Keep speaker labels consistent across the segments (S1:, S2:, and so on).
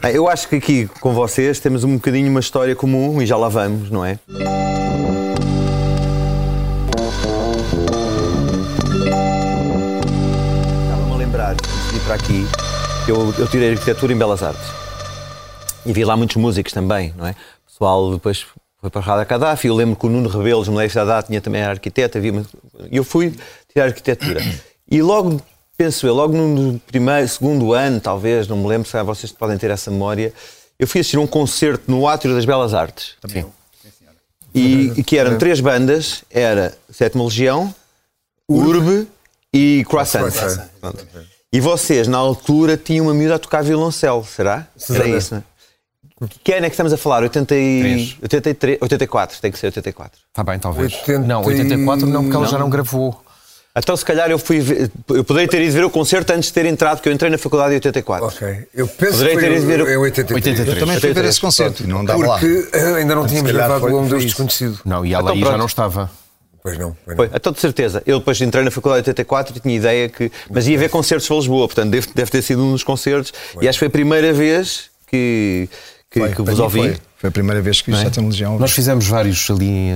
S1: Ah, Eu acho que aqui com vocês temos um bocadinho uma história comum e já lá vamos, não é? Estava-me a lembrar de ir para aqui. Eu, eu tirei arquitetura em Belas Artes. E vi lá muitos músicos também, não é? O pessoal depois foi para a Rada Gaddafi. Eu lembro que o Nuno Rebelo, me da idade, tinha também era arquiteto. Havia... uma- E eu fui tirar arquitetura. E logo, penso eu, logo no primeiro, segundo ano, talvez, não me lembro, se calhar vocês podem ter essa memória, eu fui assistir a um concerto no Átrio das Belas Artes. Também. E, e que eram três bandas, era Sétima Legião, Urbe e Croissant.
S2: Croissant.
S1: Pronto. E vocês, na altura, tinham uma miúda a tocar violoncelo, será? Era
S2: Susana.
S1: isso, não é? Que ano é que estamos a falar? 80 e... 83, 84, tem que ser 84.
S3: Está bem, talvez.
S2: 80
S3: Não, 84 não, porque ela
S1: Não.
S3: já não gravou.
S1: Então, se calhar, eu fui ver- eu poderia ter ido ver o concerto antes de ter entrado, porque eu entrei na faculdade em 84.
S2: Ok. Eu penso
S1: Poderei
S2: que
S1: ter
S2: foi
S1: ido ver o-
S2: em 83.
S3: 83.
S4: Eu também fui ver esse concerto e não andava lá.
S2: Porque eh, ainda não tínhamos
S4: calhar
S2: gravado
S4: foi-
S2: o Homem dos
S4: foi isso.
S2: Desconhecido.
S3: Não, e ela
S1: Então
S3: aí já
S1: pronto.
S3: não estava. né?
S2: Pois não. Pois não.
S1: Foi, a toda então, certeza. Eu depois entrei na faculdade em 84 e tinha ideia que. Mas ia ver concertos para Lisboa, portanto, deve, deve ter sido um dos concertos. E acho que foi a primeira vez que, que,
S4: Foi,
S1: que
S4: para
S1: vos
S4: mim
S1: ouvi.
S4: Foi. Foi a primeira vez que vi Sétima Legião.
S3: Nós fizemos vários ali eh,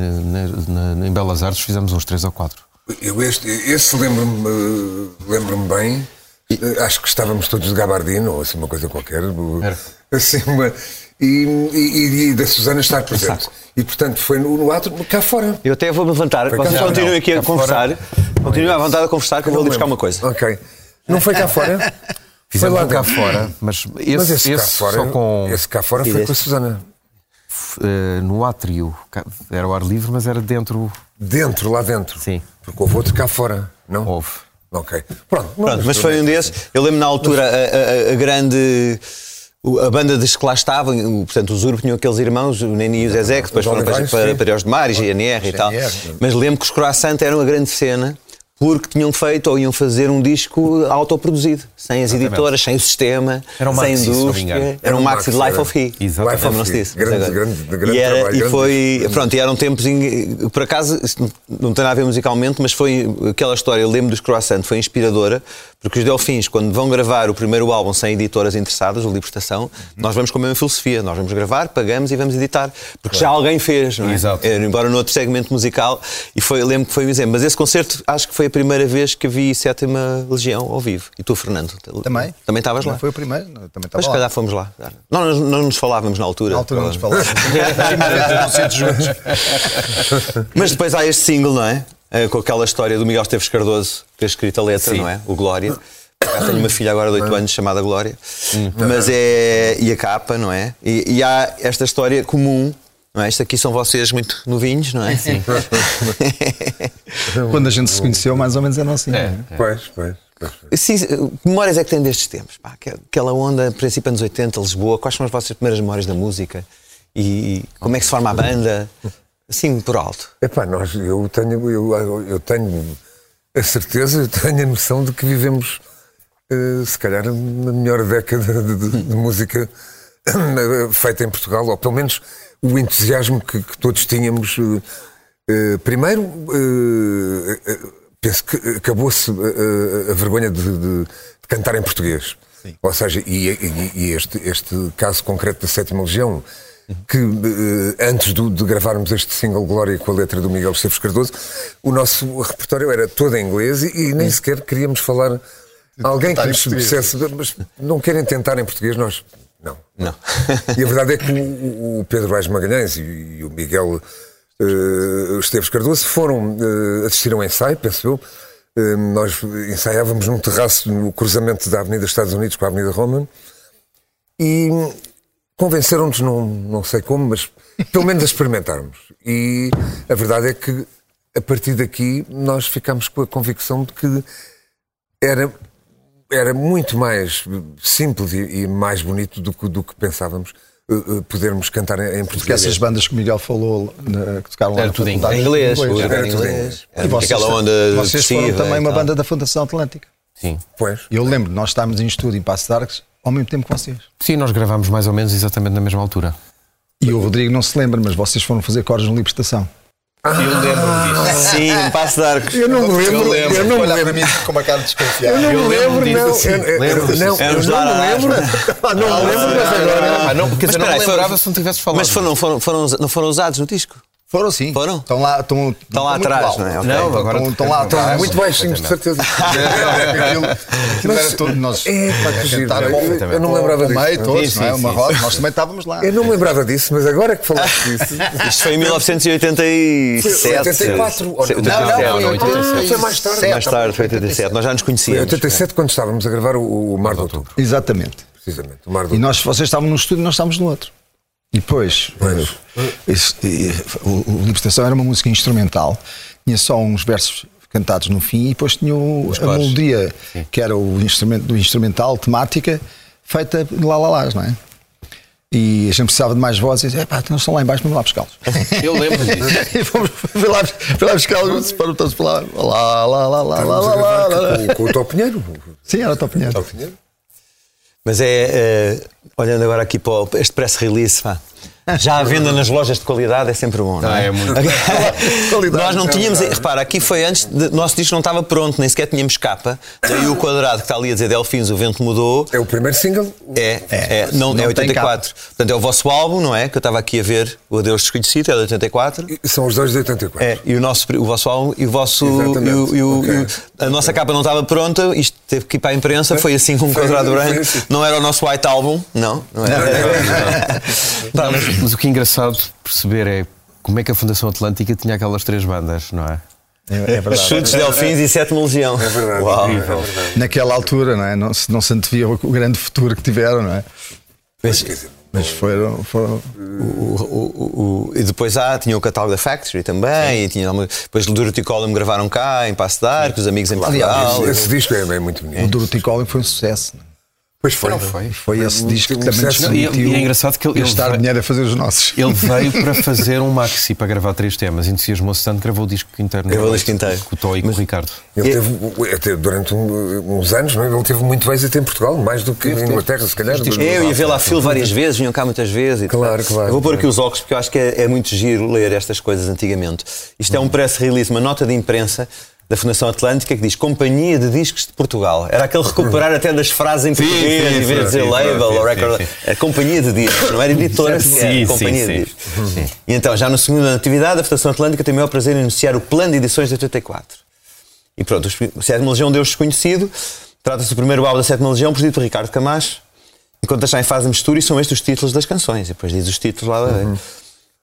S3: na- na- em Belas Artes, fizemos uns três ou quatro.
S2: Eu este, esse lembro-me eh, lembro-me bem. Eh, Acho que estávamos todos de gabardino ou assim uma coisa qualquer. O- Assim uma, e, e- e da Susana estar presente. E portanto foi no, no ato cá fora.
S1: Eu até vou-me levantar.
S2: Foi cá
S1: Vocês
S2: fora,
S1: continuem
S2: não.
S1: aqui a
S3: Cá
S1: conversar. Continuem à vontade a conversar, que eu vou ali buscar uma coisa.
S2: Ok. Não foi cá fora? foi
S3: Fizemos
S2: lá
S3: um cá
S2: dentro.
S3: fora, mas esse,
S2: Mas esse, cá
S3: esse
S2: fora,
S3: só com
S2: esse cá fora
S1: E
S2: foi com
S1: desse?
S2: a Susana.
S3: eh, no átrio. Cá- Era o ar livre, mas era dentro.
S2: Dentro, lá dentro.
S3: Sim.
S2: Porque houve outro cá fora, não?
S3: Houve.
S2: Ok. Pronto, não,
S1: Pronto, mas foi um desses. Eu lembro na altura a, a- a grande. o- A banda dos que lá estavam, o- portanto, os Urbo tinham aqueles irmãos, o Neni e o Zezé, que depois
S2: Os
S1: foram para,
S2: Olivais,
S1: para,
S2: sim.
S1: para os de Mar e GNR e tal.
S4: GNR.
S1: Mas lembro que os Croissant eram a grande cena porque tinham feito ou iam fazer um disco autoproduzido, sem as editoras, sem o sistema,
S3: Era um
S1: sem
S3: Maxi, se não me
S1: indústria.
S3: engano.
S1: era um
S2: Era um
S1: Maxi de
S2: Maxi,
S1: Life
S2: era.
S1: of He.
S3: Exato.
S2: Life of
S1: Lembram-se
S2: He.
S1: disso.
S2: Grande- grande- grande
S1: e, era-
S2: trabalho,
S1: e
S2: grande-
S1: foi.
S4: Uhum.
S2: grande-
S1: Pronto, e eram tempos em, por acaso, isto não tem nada a ver musicalmente, mas foi aquela história, eu lembro dos Croissant, foi inspiradora, porque os Delfins, quando vão gravar o primeiro álbum sem editoras interessadas, o Libertação,
S4: Uhum.
S1: nós vamos com a mesma filosofia, nós vamos gravar, pagamos e vamos editar, porque já alguém fez, não é?
S3: Exato.
S1: Era, embora no outro segmento musical, e foi, lembro que foi um exemplo. Mas esse concerto acho que foi a primeira vez que vi Sétima Legião ao vivo. E tu, Fernando?
S4: Também.
S1: Também estavas
S4: Não
S1: lá.
S4: Foi o primeiro, não, também
S1: Mas se
S4: estava lá.
S1: calhar fomos lá. Não, nós não nos falávamos na altura.
S4: Na altura não nos falávamos. Primeira vez que concertos juntos.
S1: Mas depois há este single, não é? Eh, Com aquela história do Miguel Esteves Cardoso ter escrito a letra, não é? O Glória. Por acaso Tenho uma filha agora de 8 anos chamada Glória. Mas é. E a capa, não é? E, e há esta história comum. Não é? Isto aqui são vocês muito novinhos, não é? Sim.
S4: Quando a gente se conheceu, mais ou menos era assim. não é?
S2: Pois, pois. pois.
S1: que memórias é que têm destes tempos? Pá, aquela- aquela onda, princípio anos 80, Lisboa, quais são as vossas primeiras memórias da música? E como é que se forma a banda? Assim, por alto.
S2: Epá, nós, eu tenho, eu, eu tenho a certeza, eu tenho a noção de que vivemos, eh, se calhar, na melhor década de, de- de música eh, feita em Portugal, ou pelo menos o entusiasmo que, que todos tínhamos. eh, eh, primeiro, eh, eh, penso que acabou-se eh, eh, a vergonha de, de- de cantar em português. Ou seja, e, e- e este, este caso concreto da Sétima Legião, que eh, antes do- de gravarmos este single Glória com a letra do Miguel Esteves Cardoso, o nosso repertório era todo em inglês e, e nem sequer queríamos falar alguém que
S4: Tentar em
S2: nos
S4: português.
S2: dissesse, mas não querem tentar em português, nós não.
S1: Não.
S2: E a verdade é que o, o Pedro Vaz Magalhães e, e o Miguel eh, Esteves Cardoso foram eh, assistir a um ensaio, penso eu. Eh, nós ensaiávamos num terraço no cruzamento da Avenida Estados Unidos com a Avenida Roma e convenceram-nos, não, não sei como, mas pelo menos a experimentarmos. E a verdade é que a partir daqui nós ficámos com a convicção de que era, era muito mais simples e, e mais bonito do que, do que pensávamos eh, eh, podermos cantar em, em
S4: Porque
S2: português.
S4: essas bandas que o Miguel falou, na- que tocaram lá
S3: Era
S4: na
S3: tudo em
S4: faculdade,
S1: Inglês,
S4: tudo em
S1: era
S2: tudo em
S1: inglês.
S2: inglês.
S4: E
S1: Era
S4: vocês,
S1: aquela onda
S4: vocês foram
S1: depressiva
S4: também
S1: e
S4: uma
S2: tá.
S1: tal.
S4: banda da Fundação Atlântica.
S3: Sim.
S2: Pois.
S4: Eu lembro, nós estávamos em estúdio em Passos de Arcos ao mesmo tempo que vocês.
S3: Sim, nós gravámos mais ou menos exatamente na mesma altura.
S4: E o Rodrigo não se lembra, mas vocês foram fazer coros no Libertação.
S5: Eu lembro-me disso.
S1: Sim, Passo de Arcos.
S2: Eu não me lembro. Eu,
S5: lembro.
S2: não me
S4: Olhar para
S2: lembro.
S4: mim com uma cara desconfiada.
S2: Eu não me
S5: lembro-me
S2: lembro, não.
S5: disso,
S2: Eu- eu-
S1: Lembro-se.
S2: não, eu
S1: Éramos
S2: não
S1: lá
S2: me
S1: na
S2: lembro. Ah, Não me lembro, mas agora.
S5: Ah, não, quer dizer,
S1: espera
S5: não
S1: aí,
S5: me
S1: foi-
S5: lembrava
S3: se não tivesse falado.
S1: Mas foram, foram, foram, não foram usados no disco?
S4: Foram sim.
S1: Foram?
S4: Estão lá, estão, estão
S1: lá
S4: muito
S1: atrás,
S4: alto.
S1: não é? Ok.
S4: Não, agora estão, estão lá atrás.
S2: Muito baixinhos, de certeza.
S4: aquilo aquilo
S2: Mas-
S4: era todo nós.
S2: É, pá, que giro,
S4: tentar-
S2: eu- eu- eu não me
S4: ao
S2: lembrava
S4: meio,
S2: disso.
S4: todos,
S1: Sim,
S4: não é?
S1: sim,
S4: Uma
S1: sim,
S4: roda, nós também estávamos lá.
S2: Eu não me lembrava disso, mas agora que falaste disso.
S1: Isto foi em 1987.
S2: 84, olha,
S1: Sim,
S4: Não, não, foi em
S1: 87.
S4: 86.
S2: foi mais tarde.
S1: Mais tarde, foi 87. Nós já nos
S2: Em
S1: conhecíamos.
S2: 87, quando estávamos a gravar o, o Mar de Outubro,
S4: Exatamente.
S2: precisamente. O Mar de
S4: E
S2: Outubro.
S4: nós, vocês estavam num estúdio e nós estávamos no outro. E depois,
S2: Pois.
S4: eh, isso- e- o, o Libertação era uma música instrumental, tinha só uns versos cantados no fim e depois tinha o-
S1: cores.
S4: a melodia, que era o instrumento, do instrumental, temática, feita lá lá lá, não é? E a gente precisava de mais vozes e pá, não estão lá em baixo, vamos lá buscá-los.
S5: Eu lembro disso.
S4: e fomos fui lá, fui lá buscá-los, foram todos para lá, lá, lá, lá, lá, lá,
S2: Estávamos
S4: lá,
S2: a
S4: lá,
S2: gravar
S4: lá.
S2: com- Com o Tó Pinheiro.
S4: Sim, era o Top Pinheiro.
S1: Mas é, eh, olhando agora aqui para o- este press release, pá, já a venda nas lojas de qualidade é sempre bom, não é?
S5: Ah, é muito.
S4: Qualidade,
S1: Nós não
S4: é
S1: tínhamos,
S4: verdade.
S1: repara, aqui foi antes, de, nosso disco não estava pronto, nem sequer tínhamos capa, daí o quadrado que está ali a dizer Delfins, o vento mudou,
S2: É o primeiro single.
S1: é, é, não,
S4: não
S1: é
S4: tem
S1: 84. Portanto, é o vosso álbum, não é? Que eu estava aqui a ver, o Adeus Desconhecido, é de 84.
S2: São os dois de 84.
S1: É, e o, nosso, o vosso álbum e o vosso.
S2: Exatamente.
S1: E o, e o-
S2: Ok.
S1: e o- a nossa capa não estava pronta, isto teve que ir para a imprensa, foi assim com um
S2: Foi-
S1: quadrado
S2: foi
S1: branco.
S2: assim.
S1: Não era o nosso white album, não. Não era. Tá, mas-
S3: Mas o que é engraçado perceber é como é que a Fundação Atlântica tinha aquelas três bandas, não é?
S4: É verdade.
S1: Chutes, Delfins e Sétima Legião.
S2: É verdade.
S1: Uau.
S2: incrível. É verdade.
S4: naquela altura, não é? Não se, não se antevia o, o grande futuro que tiveram, não é?
S1: Mas-
S4: Mas foram. foram
S1: o- o- o- e depois há, tinha o catálogo da Factory também, e tinha, alguma- depois Dorothy Collum gravaram cá, em Passo de Arco, os amigos em Portugal.
S2: Esse, esse disco é, é muito
S4: o
S2: bonito.
S4: Dorothy Collin foi um sucesso. não é?
S2: Pois foi.
S4: E foi esse
S2: um-
S4: disco que
S2: um
S4: também nos
S2: sucesso.
S3: E, e
S4: permitiu
S3: é engraçado que ele, ele,
S4: gastar
S3: veio,
S4: dinheiro a fazer os nossos.
S3: ele veio para fazer um maxi para gravar três temas, entusiasmou-se tanto, gravou o disco inteiro.
S1: Gravou o disco inteiro.
S3: Com o Tó e com o Ricardo.
S2: Ele teve, ele teve durante um- uns anos, não é? ele teve muito êxito em Portugal, mais do que em Inglaterra, se calhar.
S5: tipo,
S2: do-
S1: Eu ia vê-la a filo várias vezes, vinham cá muitas vezes. e tal.
S2: Claro, claro.
S1: Eu vou pôr aqui os óculos porque eu acho que é, é muito giro ler estas coisas antigamente. Isto é um press release, uma nota de imprensa da Fundação Atlântica que diz Companhia de Discos de Portugal. Era aquele recuperar até das frases em português,
S5: sim,
S1: em vez de
S5: sim,
S1: dizer
S5: sim,
S1: label
S5: sim,
S1: ou
S5: sim,
S1: record.
S5: sim.
S1: Era Companhia de Discos, não era editora,
S5: Sim,
S1: era
S5: sim,
S1: Companhia de
S5: sim.
S1: Discos. E então, já no segundo ano de atividade, a Fundação Atlântica tem o maior prazer em anunciar o plano de edições de 84. E pronto, o Sétima Legião Deus Desconhecido trata-se do primeiro álbum da Sétima Legião, produzido por Ricardo Camacho, enquanto está em fase de mistura, e são estes os títulos das canções. E depois diz os títulos lá da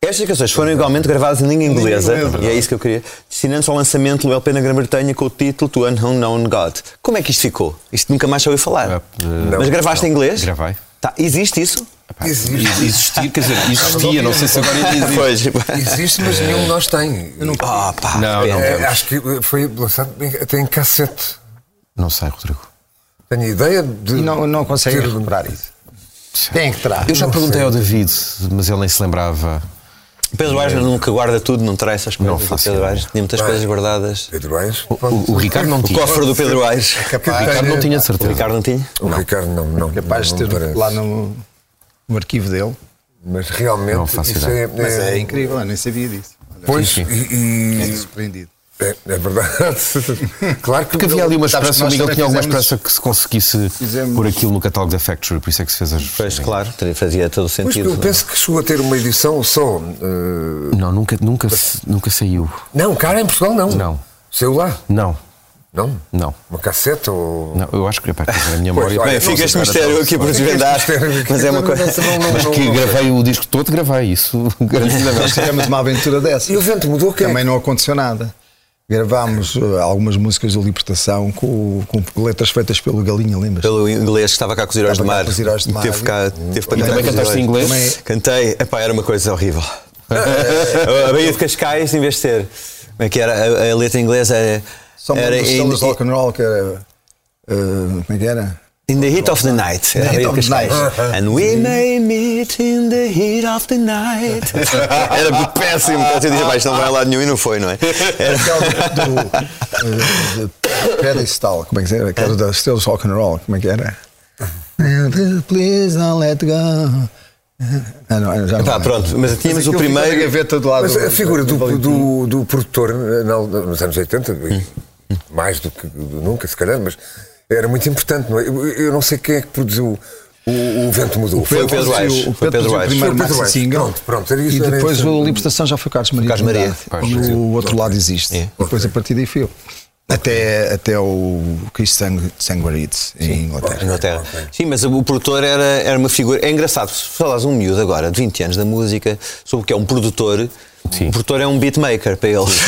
S1: Estas canções foram igualmente gravadas em língua inglesa, e é isso que eu queria, destinando-se ao lançamento do LP na Grã-Bretanha com o título To An Unknown God. Como é que isto ficou? Isto nunca mais ouvi falar.
S3: É, eh,
S1: Mas gravaste em inglês?
S3: Gravei.
S1: Tá, existe isso?
S2: Existe,
S3: Existia, quer dizer, existia, não sei se agora ainda existe.
S1: Pois.
S2: existe, mas
S4: É.
S2: nenhum de nós tem.
S1: Ah, pá,
S3: Não,
S1: pena.
S3: não.
S2: É, acho que foi lançado em- até em cassete.
S3: Não sei, Rodrigo.
S2: Tenho ideia de.
S4: E não, não conseguem
S2: ter- um
S4: recuperar isso. Tem que terá.
S3: Eu já perguntei ao David, mas ele nem se lembrava.
S1: Pedro Aires nunca guarda tudo, não traz essas coisas.
S3: Não faço
S1: Pedro
S3: ideia.
S1: Aires tinha muitas coisas guardadas.
S2: Pedro Aires.
S3: O, o Ricardo não
S1: O
S3: tinha.
S1: cofre do Pedro Aires.
S3: O Ricardo não tinha de certeza.
S1: Ricardo não tinha?
S2: O Ricardo não, não.
S4: É Capaz
S2: não
S4: de
S2: me
S4: ter
S2: parece.
S4: lá no, no arquivo dele.
S2: Mas realmente.
S3: Não faço
S2: isso
S3: ideia.
S2: é,
S4: Mas
S2: é-
S4: é incrível, eu nem sabia disso. Olha,
S2: Pois,
S3: Sim,
S2: e.
S4: fiquei
S2: e-
S4: surpreendido.
S2: é, é verdade. claro que.
S3: Porque havia ali uma
S4: Sabes que
S3: esperança, o
S4: nós
S3: Miguel
S4: também
S3: tinha alguma
S4: fizemos-
S3: esperança que se conseguisse
S4: fizemos-
S3: pôr aquilo no catálogo da Factory, por isso é que se fez as.
S1: Pois, claro, fazia todo o
S3: um
S2: Pois,
S1: sentido.
S2: eu
S3: é?
S2: penso que chegou a ter uma edição só. eh,
S3: Não, nunca, nunca, se- nunca saiu.
S2: Não, cara, em Portugal não.
S3: Não.
S2: Saiu lá?
S3: Não,
S2: Não?
S3: não.
S2: Uma casseta ou.
S3: não eu acho que, epá, quer dizer, a minha
S2: Pois,
S3: memória.
S1: Bem,
S2: olha, não
S1: fica
S2: sei,
S1: este
S2: cara,
S1: mistério aqui para desvendar, mas é uma coisa.
S3: Mas que gravei o disco todo, gravei isso.
S4: Nós tivemos uma aventura dessa.
S2: E o vento mudou
S3: é
S2: o quê?
S4: Também não aconteceu nada. Gravámos eh, algumas músicas da Libertação com, com letras feitas pelo Galinha, lembras?
S1: Pelo inglês que estava cá com os heróis do
S4: Estava cá
S1: mar.
S4: com os Heróis do Mar.
S1: Teve, cá, teve para
S4: E
S1: cá
S4: também
S1: com os
S3: cantaste em
S1: heróis.
S3: inglês?
S1: Cantei, epá, era uma coisa horrível. a Baía de Cascais, em vez de ter. Como é que era? A, a letra inglesa era.
S4: Só uma
S1: era
S4: das
S1: in,
S4: celas de rock and roll que era. eh, como é que era?
S1: in the heat of the night. Era a Baía de
S4: of the
S1: Cascais. And we may meet in the heat of the night. era péssimo. Eu dizia, "Pá, isto não vai a lado nenhum e não foi, não é? Era-
S4: Aquela do. eh, de Pedestal, como é que era? Aquela das estrelas rock and roll, como é que era? Please don't let go. Ah, não, já não
S1: Tá,
S4: lembro.
S1: pronto, mas tínhamos o
S4: aquilo fica
S1: primeiro.
S4: na gaveta do lado
S2: Mas
S4: do-
S2: a figura do,
S4: do Valentim.
S2: do, do produtor eh, na- nos anos 80, e mais do que nunca, se calhar, mas era muito importante, não é? Eu, eu não sei quem é que produziu o, o Vento Mudou.
S1: Foi o Pedro
S4: produziu-
S1: Aires,
S4: O
S1: foi o Pedro
S4: Pedro produziu o
S1: Aires.
S4: primeiro
S2: Foi o Pedro
S4: Maxi
S2: Aires.
S4: Single.
S2: Pronto, pronto, era isso,
S4: E
S2: era
S4: depois
S2: isso.
S4: o Libertação já foi Carlos Maria.
S1: Carlos
S4: de
S1: Maria,
S4: Andrade.
S1: pois,
S4: E
S1: sim.
S4: o outro lado existe.
S1: É.
S4: Depois a partir daí fui eu. Até, até o Chris Sang- Sanguaritz em Inglaterra.
S1: Inglaterra. Sim, mas o produtor era, era uma figura. É engraçado, se falas um miúdo agora, de 20 anos da música, sobre o que é um produtor. O produtor é um beatmaker para eles.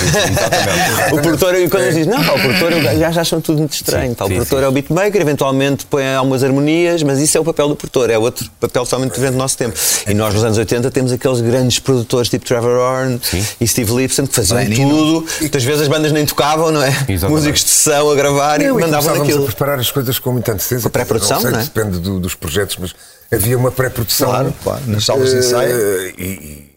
S1: o produtor, e quando eles dizem, não, pá, o produtor é o- já já acham tudo muito estranho. pá, o produtor é o beatmaker, eventualmente põe algumas harmonias, mas isso é o papel do produtor, é outro papel totalmente diferente do nosso tempo. E nós nos anos 80 temos aqueles grandes produtores tipo Trevor Horn e Steve Lipson que faziam
S4: Lenino.
S1: tudo. Muitas vezes as bandas nem tocavam, não é?
S5: Exatamente.
S1: Músicos de sessão a gravar
S2: Não,
S1: e
S2: e
S1: mandavam
S2: começávamos
S1: aquilo.
S2: é a preparar as coisas com muita antecedência.
S1: Com pré-produção,
S2: sei,
S1: não é?
S2: Depende do- dos projetos, mas havia uma pré-produção.
S4: Claro, claro, nas salas de
S2: Eh,
S4: ensaio.
S2: E, e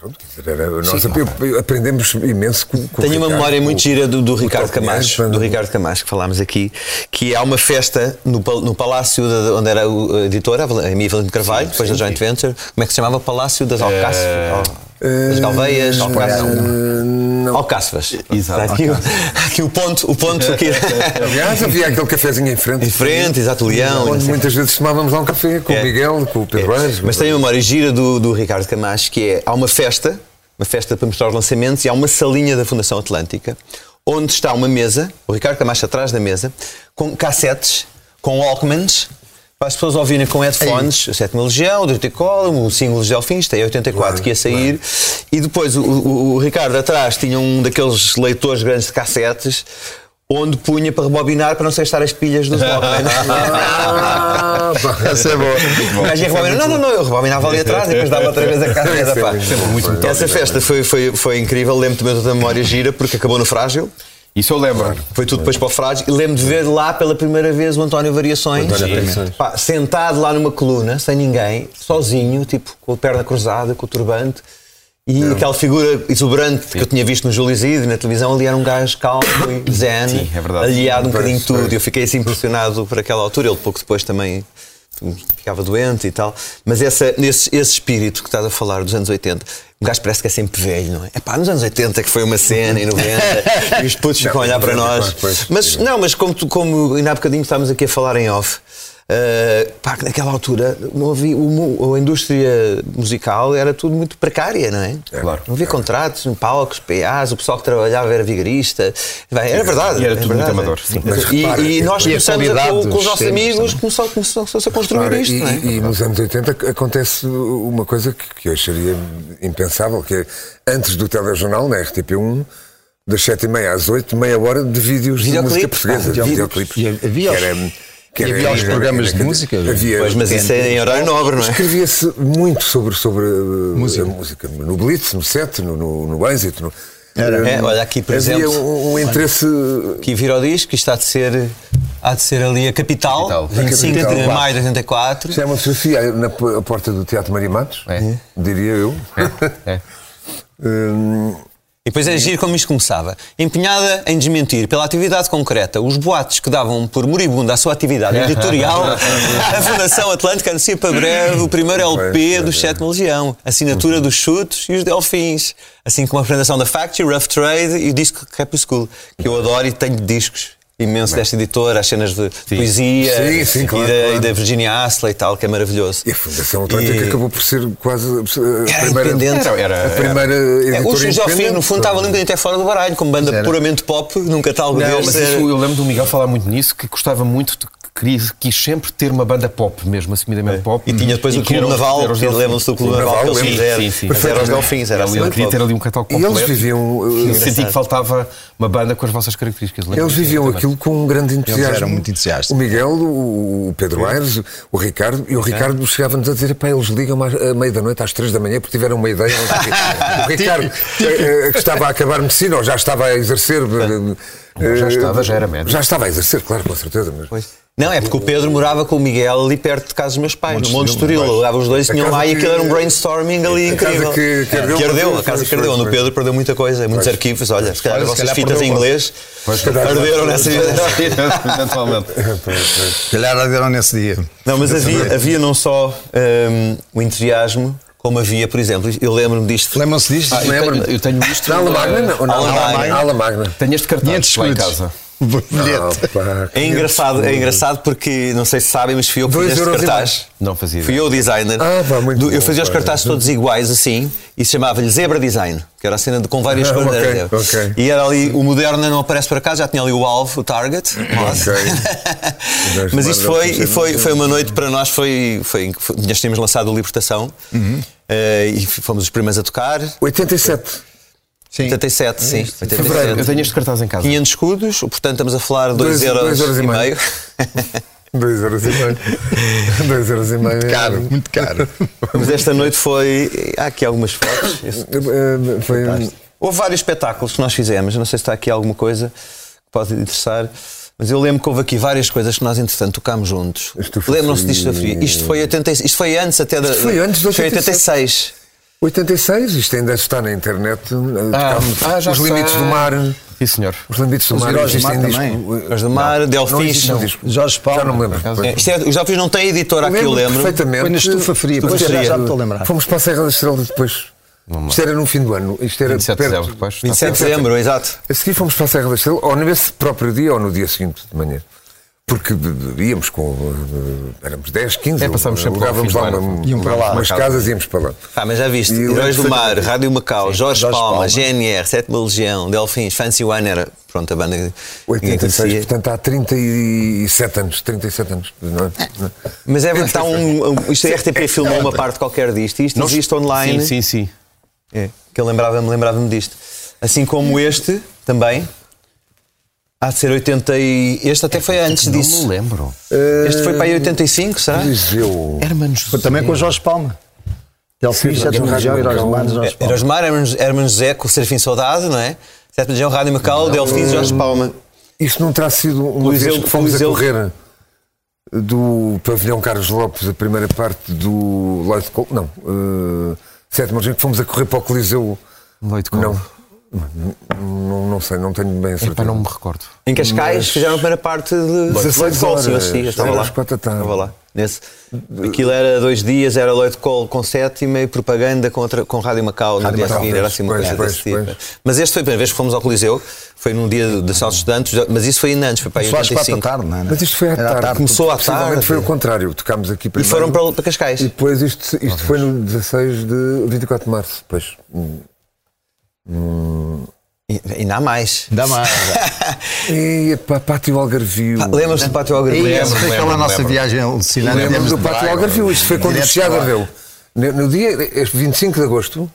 S2: pronto, quer dizer, era- nós ap- aprendemos imenso com, com o
S1: Tenho uma
S2: Ricardo,
S1: memória muito
S2: com-
S1: gira do, do
S2: com o
S1: Ricardo
S2: Toque Pinheiro,
S1: Camacho,
S2: quando-
S1: do Ricardo Camacho, que falámos aqui, que há uma festa no, pal- no Palácio da- onde era o- a editora, a Val- a Emília Valente Carvalho, depois da Joint Venture, como é que se chamava? Palácio das Alcáçovas? Al- Das Galveias, Alcáçovas.
S2: Eh, não.
S1: Alcáçovas. Exato. Aqui, o- aqui o ponto, o ponto aqui.
S2: Aliás, um havia aquele cafezinho em frente.
S1: Em frente, exato, o leão. e não
S2: Onde
S1: sei o quê.
S2: muitas vezes tomávamos lá um café com
S1: É.
S2: o Miguel, com o Pedro Anjos.
S1: Mas tenho a memória gira do, do Ricardo Camacho, que é, há uma festa, uma festa para mostrar os lançamentos, e há uma salinha da Fundação Atlântica, onde está uma mesa, o Ricardo Camacho atrás da mesa, com cassetes, com Walkmans, para as pessoas ouvirem com headphones, o Sétima Legião, o Deutecolum, o Símbolos de Delfins, tem 84 que ia sair, e depois o, o- o Ricardo atrás tinha um daqueles leitores grandes de cassetes, onde punha para rebobinar para não sei estar as pilhas dos Walkman.
S2: Ah, pá.
S4: Essa é boa.
S1: O gajo ia rebobinar. Não, não, não, eu rebobinava ali atrás e depois dava outra vez a casa.
S2: Isso é
S1: pá.
S2: muito bom,
S5: muito metódico,
S1: Essa festa foi, foi, foi incrível. Lembro-me também da memória gira, porque acabou no Frágil.
S5: Isso eu lembro.
S1: Foi tudo depois para o Frágil. E lembro de ver lá pela primeira vez o António Variações,
S2: O António Variações.
S1: pá, sentado lá numa coluna, sem ninguém, sozinho, tipo com a perna cruzada, com o turbante. E aquela figura exuberante que eu tinha visto no Júlio Zide, na televisão, ali era um gajo calmo e zen,
S5: Sim, é verdade.
S1: aliado um
S2: Pois,
S1: bocadinho de tudo.
S2: pois.
S1: Eu fiquei assim impressionado por aquela altura. Ele pouco depois também ficava doente e tal. Mas essa, esse, esse espírito que estás a falar dos anos 80, um gajo parece que é sempre velho, não é? Epá, nos anos 80 que foi uma cena, e 90, e os putos ficam a olhar para nós.
S2: Pois,
S1: Mas não, mas como, tu- como ainda há bocadinho estávamos aqui a falar em off, eh, pá, que naquela altura não havia, o mu- a indústria musical era tudo muito precária, não é?
S2: Claro.
S1: Não havia contratos, palcos, PAs, o pessoal que trabalhava era vigarista. Bem, Era verdade.
S5: E era
S1: é
S5: tudo
S1: verdade.
S5: muito amador, sim.
S2: Mas
S1: E,
S2: repara,
S1: e nós
S2: e a
S1: começamos a, com,
S4: qualidade
S1: com os
S4: dos
S1: nossos
S4: temas
S1: amigos
S4: também.
S1: começou, começou, começou a construir
S2: Ora,
S1: isto,
S2: e,
S1: não é?
S2: e nos anos 80 ac- acontece uma coisa que, que hoje seria impensável, que é antes do telejornal, na RTP1, das 7h30 às 8 meia hora de vídeos de música
S1: Videoclipes,
S2: portuguesa.
S1: pá,
S2: de
S4: videoclipes.
S2: videoclipes.
S4: E havia os-
S2: Que era- que
S4: e
S2: era-
S4: havia os
S2: era-
S4: programas
S2: era-
S4: de música?
S2: Havia,
S1: Pois, mas isso é em horário nobre, não é?
S2: Escrevia-se muito sobre, sobre música. música. No Blitz, no Set, no, no, no Êxito. No, Eh,
S4: Era.
S1: É, olha aqui, por
S2: Havia
S1: exemplo,
S2: um, um interesse.
S1: que vira o disco, isto há de ser, há de ser ali a capital,
S5: Capital.
S1: 25 de
S2: Capital.
S1: maio de 84.
S2: Isso é uma fotografia na p- a porta do Teatro Maria Matos,
S5: É.
S2: diria eu.
S5: É.
S2: Hum,
S1: E depois é giro como isto começava. Empenhada em desmentir pela atividade concreta os boatos que davam por moribunda a sua atividade editorial, a Fundação Atlântica anuncia para breve o primeiro LP
S2: é.
S1: do Sétimo Legião, a assinatura
S2: Uhum.
S1: dos Chutos e os Delfins, assim como a apresentação da Factory, Rough Trade e o disco Crepúsculo, que eu adoro e tenho discos imensos desta editora, as cenas de poesia
S2: Sim, sim,
S1: e,
S2: claro,
S1: da,
S2: claro.
S1: e da Virginia Astley e tal, que é maravilhoso.
S2: E a Fundação Atlântica
S1: E-
S2: acabou por ser quase a
S1: Era
S2: primeira.
S1: independente.
S5: Era- era-
S2: a primeira
S1: É,
S2: editora
S1: o Xuxa ao fim,
S2: independente.
S1: no fundo, estava ali um bocadinho até fora do baralho, como banda
S4: era.
S1: puramente pop, nunca tal
S5: Não,
S1: poder
S5: mas
S1: ser-
S5: isso, eu lembro do Miguel falar muito nisso, que gostava muito de queria, quis sempre ter uma banda pop mesmo, assumidamente pop.
S1: eh, E tinha depois o
S5: É. que
S1: Clube
S5: eram os-
S1: Naval,
S5: eram os
S1: que
S5: Delfins.
S1: lembram-se do Clube
S5: Sim,
S1: Naval, que eles
S5: sim,
S1: fizeram.
S5: sim, sim.
S1: Mas era os Delfins, era
S5: Ele
S1: assim.
S5: queria ter ali um catálogo
S2: E
S5: completo.
S2: eles viviam,
S5: Eu
S2: uh,
S5: senti que faltava uma banda com as vossas características. lembro-me
S2: eles
S5: disso
S2: viviam
S5: também.
S2: aquilo com um grande entusiasmo.
S4: eram muito entusiastas.
S2: O Miguel, o o Pedro Aires, o Ricardo, e o Ricardo chegava-nos a dizer: pá, eles ligam mais- à meia da noite, às três da manhã, porque tiveram uma ideia. não sei o quê." o Ricardo, eh, eh, que estava a acabar medicina, ou já estava a exercer. eh,
S5: Já
S2: eh,
S5: estava, já era médico.
S2: Já estava a exercer, claro, com certeza. Mas,
S1: Pois. Não, é porque o Pedro morava com o Miguel ali perto de casa dos meus pais, no Monte Estoril.
S2: pois.
S1: Levavam os dois e
S2: A
S1: tinham
S2: casa
S1: lá e
S2: que-
S1: aquilo era um brainstorming ali
S2: a casa
S1: incrível.
S2: que- que
S1: É,
S2: ardeu,
S1: que ardeu,
S2: pois,
S1: a casa
S2: pois,
S1: que ardeu.
S2: pois,
S1: No
S2: pois.
S1: Pedro perdeu muita coisa, muitos arquivos. Olha, se calhar as
S4: Olha, se
S1: vossas
S4: calhar
S1: fitas em
S4: perdeu
S1: inglês
S2: calhar-
S1: arderam nessa
S5: Eventualmente.
S4: Se calhar aderam nesse dia.
S1: Não, mas havia, havia não só hum, o entusiasmo, como havia, por exemplo, eu lembro-me disto.
S4: Lembram-se disto?
S5: Ah, eu
S4: Lembram?
S5: tenho- Eu tenho isto.
S2: Na Ala
S5: eh,
S2: Magna? não?
S1: Ala
S2: Na Ala
S1: Magna.
S2: Magna. Ala Magna.
S5: Tenho este cartaz
S4: 500
S5: lá em
S4: escudos.
S5: casa.
S4: Bilhete.
S2: Ah, pá,
S1: É
S2: 500
S1: engraçado, é engraçado porque, não sei se sabem, mas fui eu que
S2: Dois
S1: fiz este
S2: euros e
S1: cartaz.
S5: Não fazia
S1: Fui
S5: ideia.
S1: eu o designer.
S2: Ah, pá, muito
S1: Do- eu
S2: bom,
S1: fazia os
S2: pá.
S1: cartazes todos iguais assim e chamava-lhe Zebra Design, que era a cena de, com várias
S2: Ah,
S1: cores. da
S2: ok,
S1: zebra.
S2: ok.
S1: E era ali, o Moderna não aparece por acaso, já tinha ali o alvo, o target. Mas isto foi, e foi, foi uma noite para nós, foi, foi, foi nós tínhamos lançado o Libertação
S2: Uhum.
S1: eh, e fomos os primeiros a tocar.
S2: 87.
S4: Sim.
S1: 87, sim. 87.
S2: Fevereiro.
S5: Eu tenho este cartaz em casa.
S1: 500 escudos, portanto estamos a falar
S2: Dois-
S1: 2 euros,
S2: dois euros
S1: e
S2: e meio.
S1: meio.
S2: 2 euros e meio. 2 euros e meio.
S4: Caro, muito caro.
S1: Mas esta noite foi. Há aqui algumas fotos. Esse-
S2: Eh, eh, Foi um-
S1: Houve vários espetáculos que nós fizemos, não sei se está aqui alguma coisa que pode interessar, mas eu lembro que houve aqui várias coisas que nós, entretanto, tocámos juntos.
S2: Estufa
S1: Lembram-se
S2: Fria.
S1: disto da fria? Isto foi, 80, isto foi antes até da.
S2: foi antes de
S1: foi
S2: 86. 86, isto ainda está na internet. eh, tocámos
S5: ah, já
S2: os
S5: sei.
S2: limites do mar.
S5: Sim, senhor.
S2: Os limites do
S4: Os
S2: mar
S4: Heróis do
S2: existem
S4: Mar
S2: disco.
S4: também.
S1: Os do Mar,
S2: Não
S1: Delfins.
S2: existe um
S1: não.
S2: disco.
S4: Jorge Paulo.
S2: Já não me lembro.
S4: por acaso.
S1: É, isto é, os Delfins não têm editora aqui, eu lembro.
S2: perfeitamente.
S4: Foi na estufa fria,
S1: Estufa
S4: pois já-
S1: fria.
S4: já me estou a lembrar.
S2: Fomos para a Serra da Estrela depois. Isto era no fim do ano. Isto era
S5: 27 de
S2: perto.
S5: dezembro, pois.
S1: 27 de dezembro, exato.
S2: A seguir fomos para a Serra da Estrela, ou nesse próprio dia ou no dia seguinte de manhã. Porque íamos com. eh, éramos 10, 15.
S5: É, passámos sempre lá ao
S2: alugávamos
S5: fim
S2: lá
S5: do ano.
S2: uma,
S4: Iam para lá.
S2: umas casas e íamos para lá.
S1: Ah, mas já viste,
S2: E eu
S1: Heróis do
S2: lembro
S1: Mar, Rádio Macau, Jorge,
S4: Jorge
S1: Palma,
S4: Palma.
S1: GNR, Sétima Legião, Delfins, Fancy One era, pronto, a banda que ninguém
S2: 86,
S1: conhecia.
S2: portanto há 37 anos. 37 anos. Não é?
S1: Mas é, está um, um, isto a RTP filmou uma parte qualquer disto, e isto
S5: Nós-
S1: existe online.
S5: Sim, sim, sim.
S1: É, que eu lembrava-me lembrava disto. Assim como este também. Há de ser 80 e... Este até foi antes
S5: Não me
S1: disso.
S5: lembro.
S1: Este foi para aí 85, será?
S2: é? Liseu.
S5: Hermano José.
S4: Foi também com o Jorge Palma. Delfim,
S2: Sim,
S4: já tinha
S2: Jorge
S4: já
S2: Palma.
S4: Heróis do Mar, Jorge Palma.
S1: Eras Mar, Hermano Hermano José com o Serafim Saudade, não é? Sétimo Legião, Rádio Macau, Delfins, Jorge Palma.
S2: Isto não terá sido uma
S1: Liseu-
S2: vez que fomos
S1: Liseu-
S2: a correr do pavilhão Carlos Lopes, a primeira parte do Lloyd Cole, não, uh, sétimo dia que fomos a correr para o Coliseu,
S5: Leite com.
S2: não, não, não sei, não tenho bem a certeza.
S5: Epá, não me recordo.
S1: Em Cascais fizeram a primeira parte de
S2: 16
S1: Cole, sim, eu
S2: horas,
S1: assisti, eu estava
S2: era
S1: lá.
S2: às quatro da tarde.
S1: Estava lá. Nesse. Aquilo era dois dias, era Lloyd Cole com sétima e propaganda com, outra, com Rádio Macau no
S2: Rádio
S1: dia
S2: Macau,
S1: seguinte,
S2: pois,
S1: era assim uma
S2: pois,
S1: coisa
S2: pois,
S1: desse tipo.
S2: pois.
S1: Mas este foi a primeira vez que fomos ao Coliseu, foi num dia de São Estudantes, mas isso foi ainda antes, foi para aí em
S4: Só às quatro
S1: 85.
S4: da tarde, não é?
S2: Mas isto foi à
S4: Era
S2: tarde.
S1: Começou à tarde.
S2: Possivelmente foi o contrário, tocámos aqui
S1: E
S2: primeiro.
S1: foram para, para Cascais.
S2: E depois isto, isto foi no 16 de 24 de março, pois.
S1: E, ainda há mais.
S4: Ainda mais.
S2: E para Pátio Algarvio.
S1: Pá, Lembras-te do Pátio Algarve?
S4: E
S5: Lembro,
S4: essa foi aquela
S5: lembro,
S4: nossa
S5: lembro.
S4: viagem alucinante.
S2: Lembro
S4: Viemos
S2: Ah, do
S4: de
S2: Pátio
S4: Braga,
S2: Algarvio, isto foi quando o
S4: direto
S2: Chiado
S4: para lá.
S2: ardeu. No, no dia, este 25 de agosto,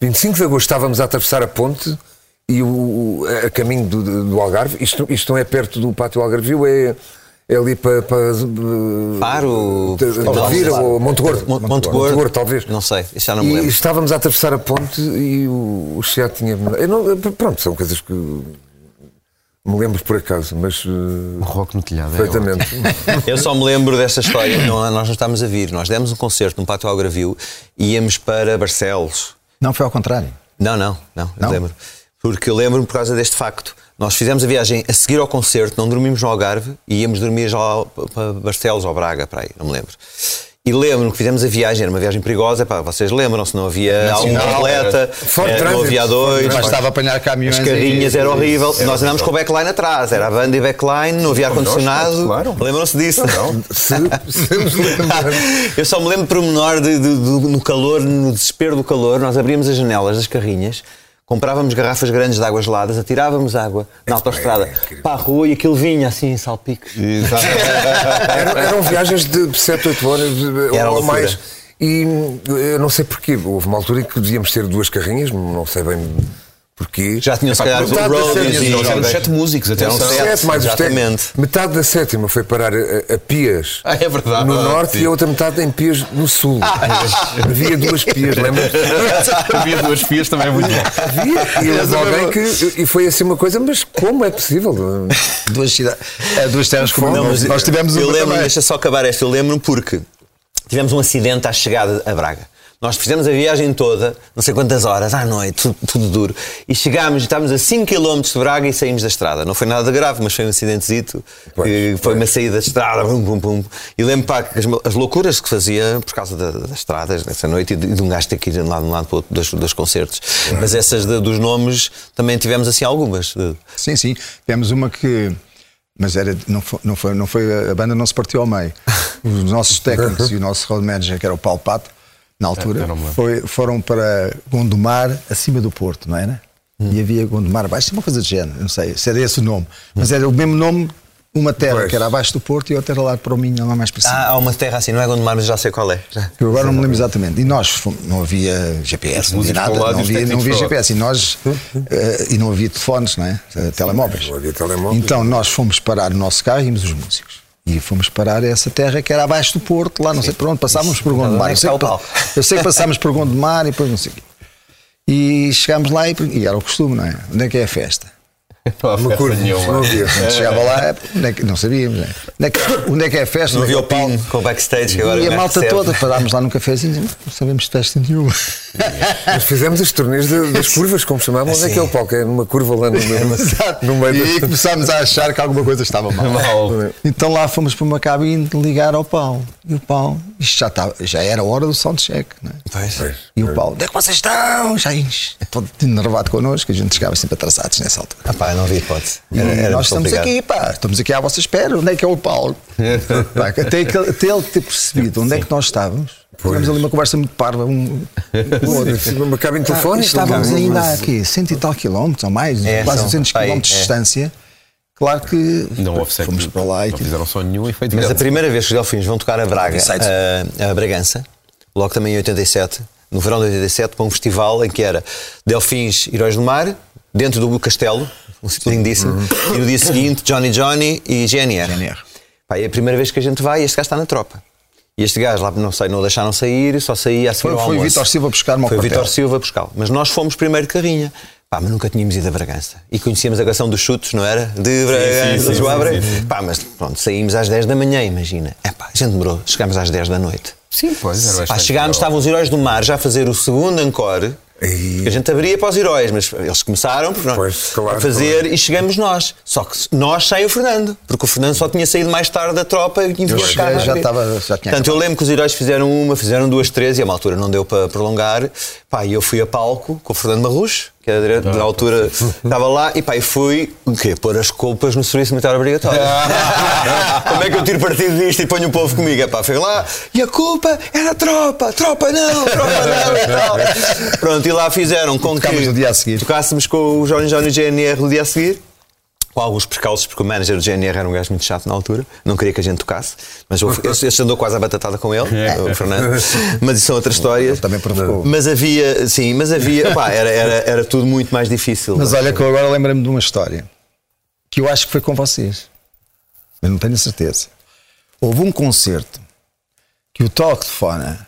S2: 25 de agosto estávamos a atravessar a ponte e o, o- a caminho do, do Algarve, isto, isto não é perto do Pátio Algarvio, é, é ali para... para
S1: Faro,
S2: Alvira ou Monte Gordo.
S1: Mon- Monte Gordo.
S2: talvez.
S1: Não sei, isso já não me
S2: E
S1: lembro.
S2: estávamos a atravessar a ponte e o, o Chiado tinha... eu não- pronto, são coisas que me lembro por acaso, mas... eh,
S5: Um rock no telhado. é
S2: Perfeitamente.
S1: Eu só me lembro dessa história. Não, nós não estávamos a vir. Nós demos um concerto no Pátio Algarvio e íamos para Barcelos.
S4: Não, foi ao contrário.
S1: Não, não, não, eu
S4: Não?
S1: lembro. Porque eu lembro-me por causa deste facto. Nós fizemos a viagem a seguir ao concerto, não dormimos no Algarve e íamos dormir já ao- para Barcelos ou Braga, para aí, não me lembro. E lembro-me que fizemos a viagem, era uma viagem perigosa, pá, vocês lembram-se, não havia algum
S4: era-
S1: atleta,
S2: Fora de
S1: era- não
S2: trânsito,
S1: havia
S2: fora de
S1: dois,
S4: Mas estava a apanhar caminhões.
S1: as carrinhas
S4: e-
S1: era horrível. Nós andámos com o backline atrás, era a banda e backline, não havia ar-condicionado.
S5: nós, claro.
S1: Lembram-se disso?
S2: se, se nos lembrarmos.
S1: Eu só me lembro de pormenor de, de- do- no calor, no desespero do calor, nós abríamos as janelas das carrinhas, comprávamos garrafas grandes de água geladas, atirávamos água na autoestrada
S2: é incrível.
S1: para a rua e aquilo vinha assim em salpicos.
S2: Eram, eram viagens de 7, 8 horas eh,
S1: Era
S2: ou
S1: loucura.
S2: mais. eh, E hum, eu não sei porquê. Houve uma altura em que devíamos ter duas carrinhas, não sei bem Porque
S1: Já tinham, se calhar, os
S2: metade da
S1: roadies
S2: sétima-
S1: e
S5: Nós éramos sete músicos,
S1: Eram
S5: atenção.
S1: sete.
S2: Sete mais os técnicos.
S1: Exatamente.
S2: Metade da sétima foi parar a, a Pias
S5: Ah, é verdade.
S2: no
S5: Ah,
S2: norte
S5: sim.
S2: e a outra metade em Pias no sul.
S1: Ah, é
S2: Havia duas Pias, lembra
S5: Havia duas fias também é muito bom.
S2: Havia e houve alguém que. E foi assim uma coisa, mas como é possível?
S4: Duas cidades. é, Duas terras comuns.
S1: Não, mas
S4: Nós tivemos
S1: eu
S4: uma
S1: lembro,
S4: também.
S1: deixa só acabar esta, eu lembro porque tivemos um acidente à chegada a Braga. Nós fizemos a viagem toda, não sei quantas horas, à noite, tudo, tudo duro. E chegámos, estávamos a 5 km de Braga e saímos da estrada. Não foi nada grave, mas foi um acidentezito. que foi uma saída de estrada, bum, bum, bum. E lembro, pá, que as, as loucuras que fazia por causa da- das estradas nessa noite e de, e de um gajo ter que ir de um lado, de um lado para o outro dos, dos concertos. Mas essas de- dos nomes também tivemos assim algumas. de-
S4: Sim, sim. Tivemos uma que. Mas era, não, foi, não, foi, não foi. A banda não se partiu ao meio. Os nossos técnicos e o nosso road manager, que era o Paulo Pato, na altura,
S5: É, eu não me lembro.
S4: foi- foram para Gondomar, acima do Porto, não era?
S5: Hum.
S4: E havia Gondomar abaixo, uma coisa de género, não sei se era esse o nome.
S5: Hum.
S4: Mas era o mesmo nome, uma terra
S2: Pois.
S4: que era abaixo do Porto e outra era lá para o Minho, lá mais para cima.
S1: Ah, há uma terra assim, não é Gondomar, mas já sei qual é. Já.
S4: Eu agora não me lembro exatamente. E nós fomos- não havia GPS, não havia
S5: músicos
S4: nada,
S5: para um lado
S4: não
S5: e os
S4: havia, não
S5: técnicos
S4: havia
S5: para o outro.
S4: GPS. E nós eh, e não havia telefones, não é? Eh, Telemóveis.
S2: não havia telemóveis.
S4: Então nós fomos parar no nosso carro e íamos os músicos. E fomos parar a essa terra que era abaixo do Porto, lá não sei para onde, passávamos por Gondomar. Eu sei, que,
S1: Paulo.
S4: eu sei que passámos por Gondomar e depois não sei o quê. E chegámos lá e, e era o costume, não é? Onde é que é a festa?
S5: Não há
S2: Uma
S5: festa
S2: curva, não
S5: nenhuma.
S2: havia.
S4: A gente chegava lá, onde é que- não sabíamos, não é? Onde é que, onde é, que é a festa?
S1: Não
S4: Onde é
S1: havia
S4: que
S1: o pin com o backstage que agora é
S4: e
S1: o
S4: a
S1: gajo
S4: malta
S1: recebe.
S4: toda, parámos lá num cafezinho, não sabemos de festa nenhuma.
S2: Mas fizemos as turnês de- das curvas, como chamavam. Onde é que é o palco? É numa curva lá no, no, no
S4: e
S2: meio
S4: aí
S2: da.
S4: começámos a achar que alguma coisa estava mal.
S5: Mal.
S4: Então lá fomos para uma cabine ligar ao Paulo. E o Paulo, isto já, estava, já era a hora do soundcheck, não é?
S1: Pois.
S4: E o Paulo, onde é que vocês estão? Já ins- todo enervado connosco, a gente chegava sempre atrasados nessa altura.
S1: Ah pá, não havia hipótese.
S4: E
S1: Era, era
S4: nós estamos
S1: complicado.
S4: aqui, pá, estamos aqui à vossa espera, onde é que é o Paulo? Pá, até, que- até ele ter percebido onde é que nós estávamos, tivemos ali uma conversa muito parva, um, um outro.
S2: Uma cabine
S4: Ah,
S2: telefónica.
S4: Estávamos
S2: uma-
S4: ainda a quê? Cento e tal quilómetros ou mais,
S1: É,
S4: quase
S1: são,
S4: 200
S1: aí,
S4: quilómetros de
S1: é.
S4: distância. Claro que
S5: Não houve sexo.
S4: fomos para lá e tipo-
S5: Não fizeram som nenhum e foi
S1: Mas a
S5: direto.
S1: primeira vez que os Delfins vão tocar a Braga, a, a Bragança, logo também em 87, no verão de 87, para um festival em que era Delfins Heróis do Mar, dentro do Castelo, um sítio lindíssimo,
S4: Uhum.
S1: e no dia seguinte Johnny Johnny e GNR.
S4: GNR.
S1: Pá, é a primeira vez que a gente vai e este gajo está na tropa. E este gajo lá, não sei, não o deixaram sair, só saía a seguir
S4: Foi-
S1: ao
S4: foi o
S1: almoço.
S4: Vítor Silva buscar-me ao
S1: Foi o
S4: quartel.
S1: Vítor Silva buscar Mas nós fomos primeiro de carrinha. Pá, mas nunca tínhamos ido a Bragança. E conhecíamos a canção dos chutos, não era? De Bragança,
S5: sim, sim,
S1: Joabra.
S5: sim,
S1: Pá, mas pronto, saímos às 10 da manhã, imagina. É pá, a gente demorou, chegámos às 10 da noite.
S5: Sim, pois. era
S1: Pá,
S5: bastante
S1: chegámos,
S5: legal.
S1: estavam os heróis do mar já a fazer o segundo encore.
S2: Ei.
S1: que A gente abria para os heróis, mas eles começaram por-
S2: Pois, claro,
S1: a fazer
S2: claro.
S1: e chegamos nós. Só que nós sem o Fernando, porque o Fernando só tinha saído mais tarde da tropa e tinha
S4: Eu
S1: vindo
S4: cheguei,
S1: cá.
S4: já estava- já tinha
S1: Portanto, eu lembro que os heróis fizeram uma, fizeram duas, três e a uma altura não deu para prolongar. Pá, e eu fui a palco com o Fernando Marrucho, que era direto, da altura estava lá, e pá, e fui o quê? pôr as culpas no serviço militar obrigatório. Como é que eu tiro partido disto e ponho o povo comigo? É pá, fui lá e a culpa era a tropa, tropa não, tropa não e tal. Pronto, e lá fizeram com que
S4: Tocámos no dia a seguir.
S1: tocássemos com o Johnny Johnny GNR no dia a seguir com alguns percalços, porque o manager do GNR era um gajo muito chato na altura, não queria que a gente tocasse, mas houve- esse esse andou quase à batatada com ele, o Fernando, mas isso são outras histórias.
S4: É. também provocou.
S1: Mas havia, sim, mas havia, pá, era, era, era tudo muito mais difícil.
S4: Mas olha que eu agora lembrei-me de uma história que eu acho que foi com vocês. Eu não tenho a certeza. Houve um concerto que o toque de fona,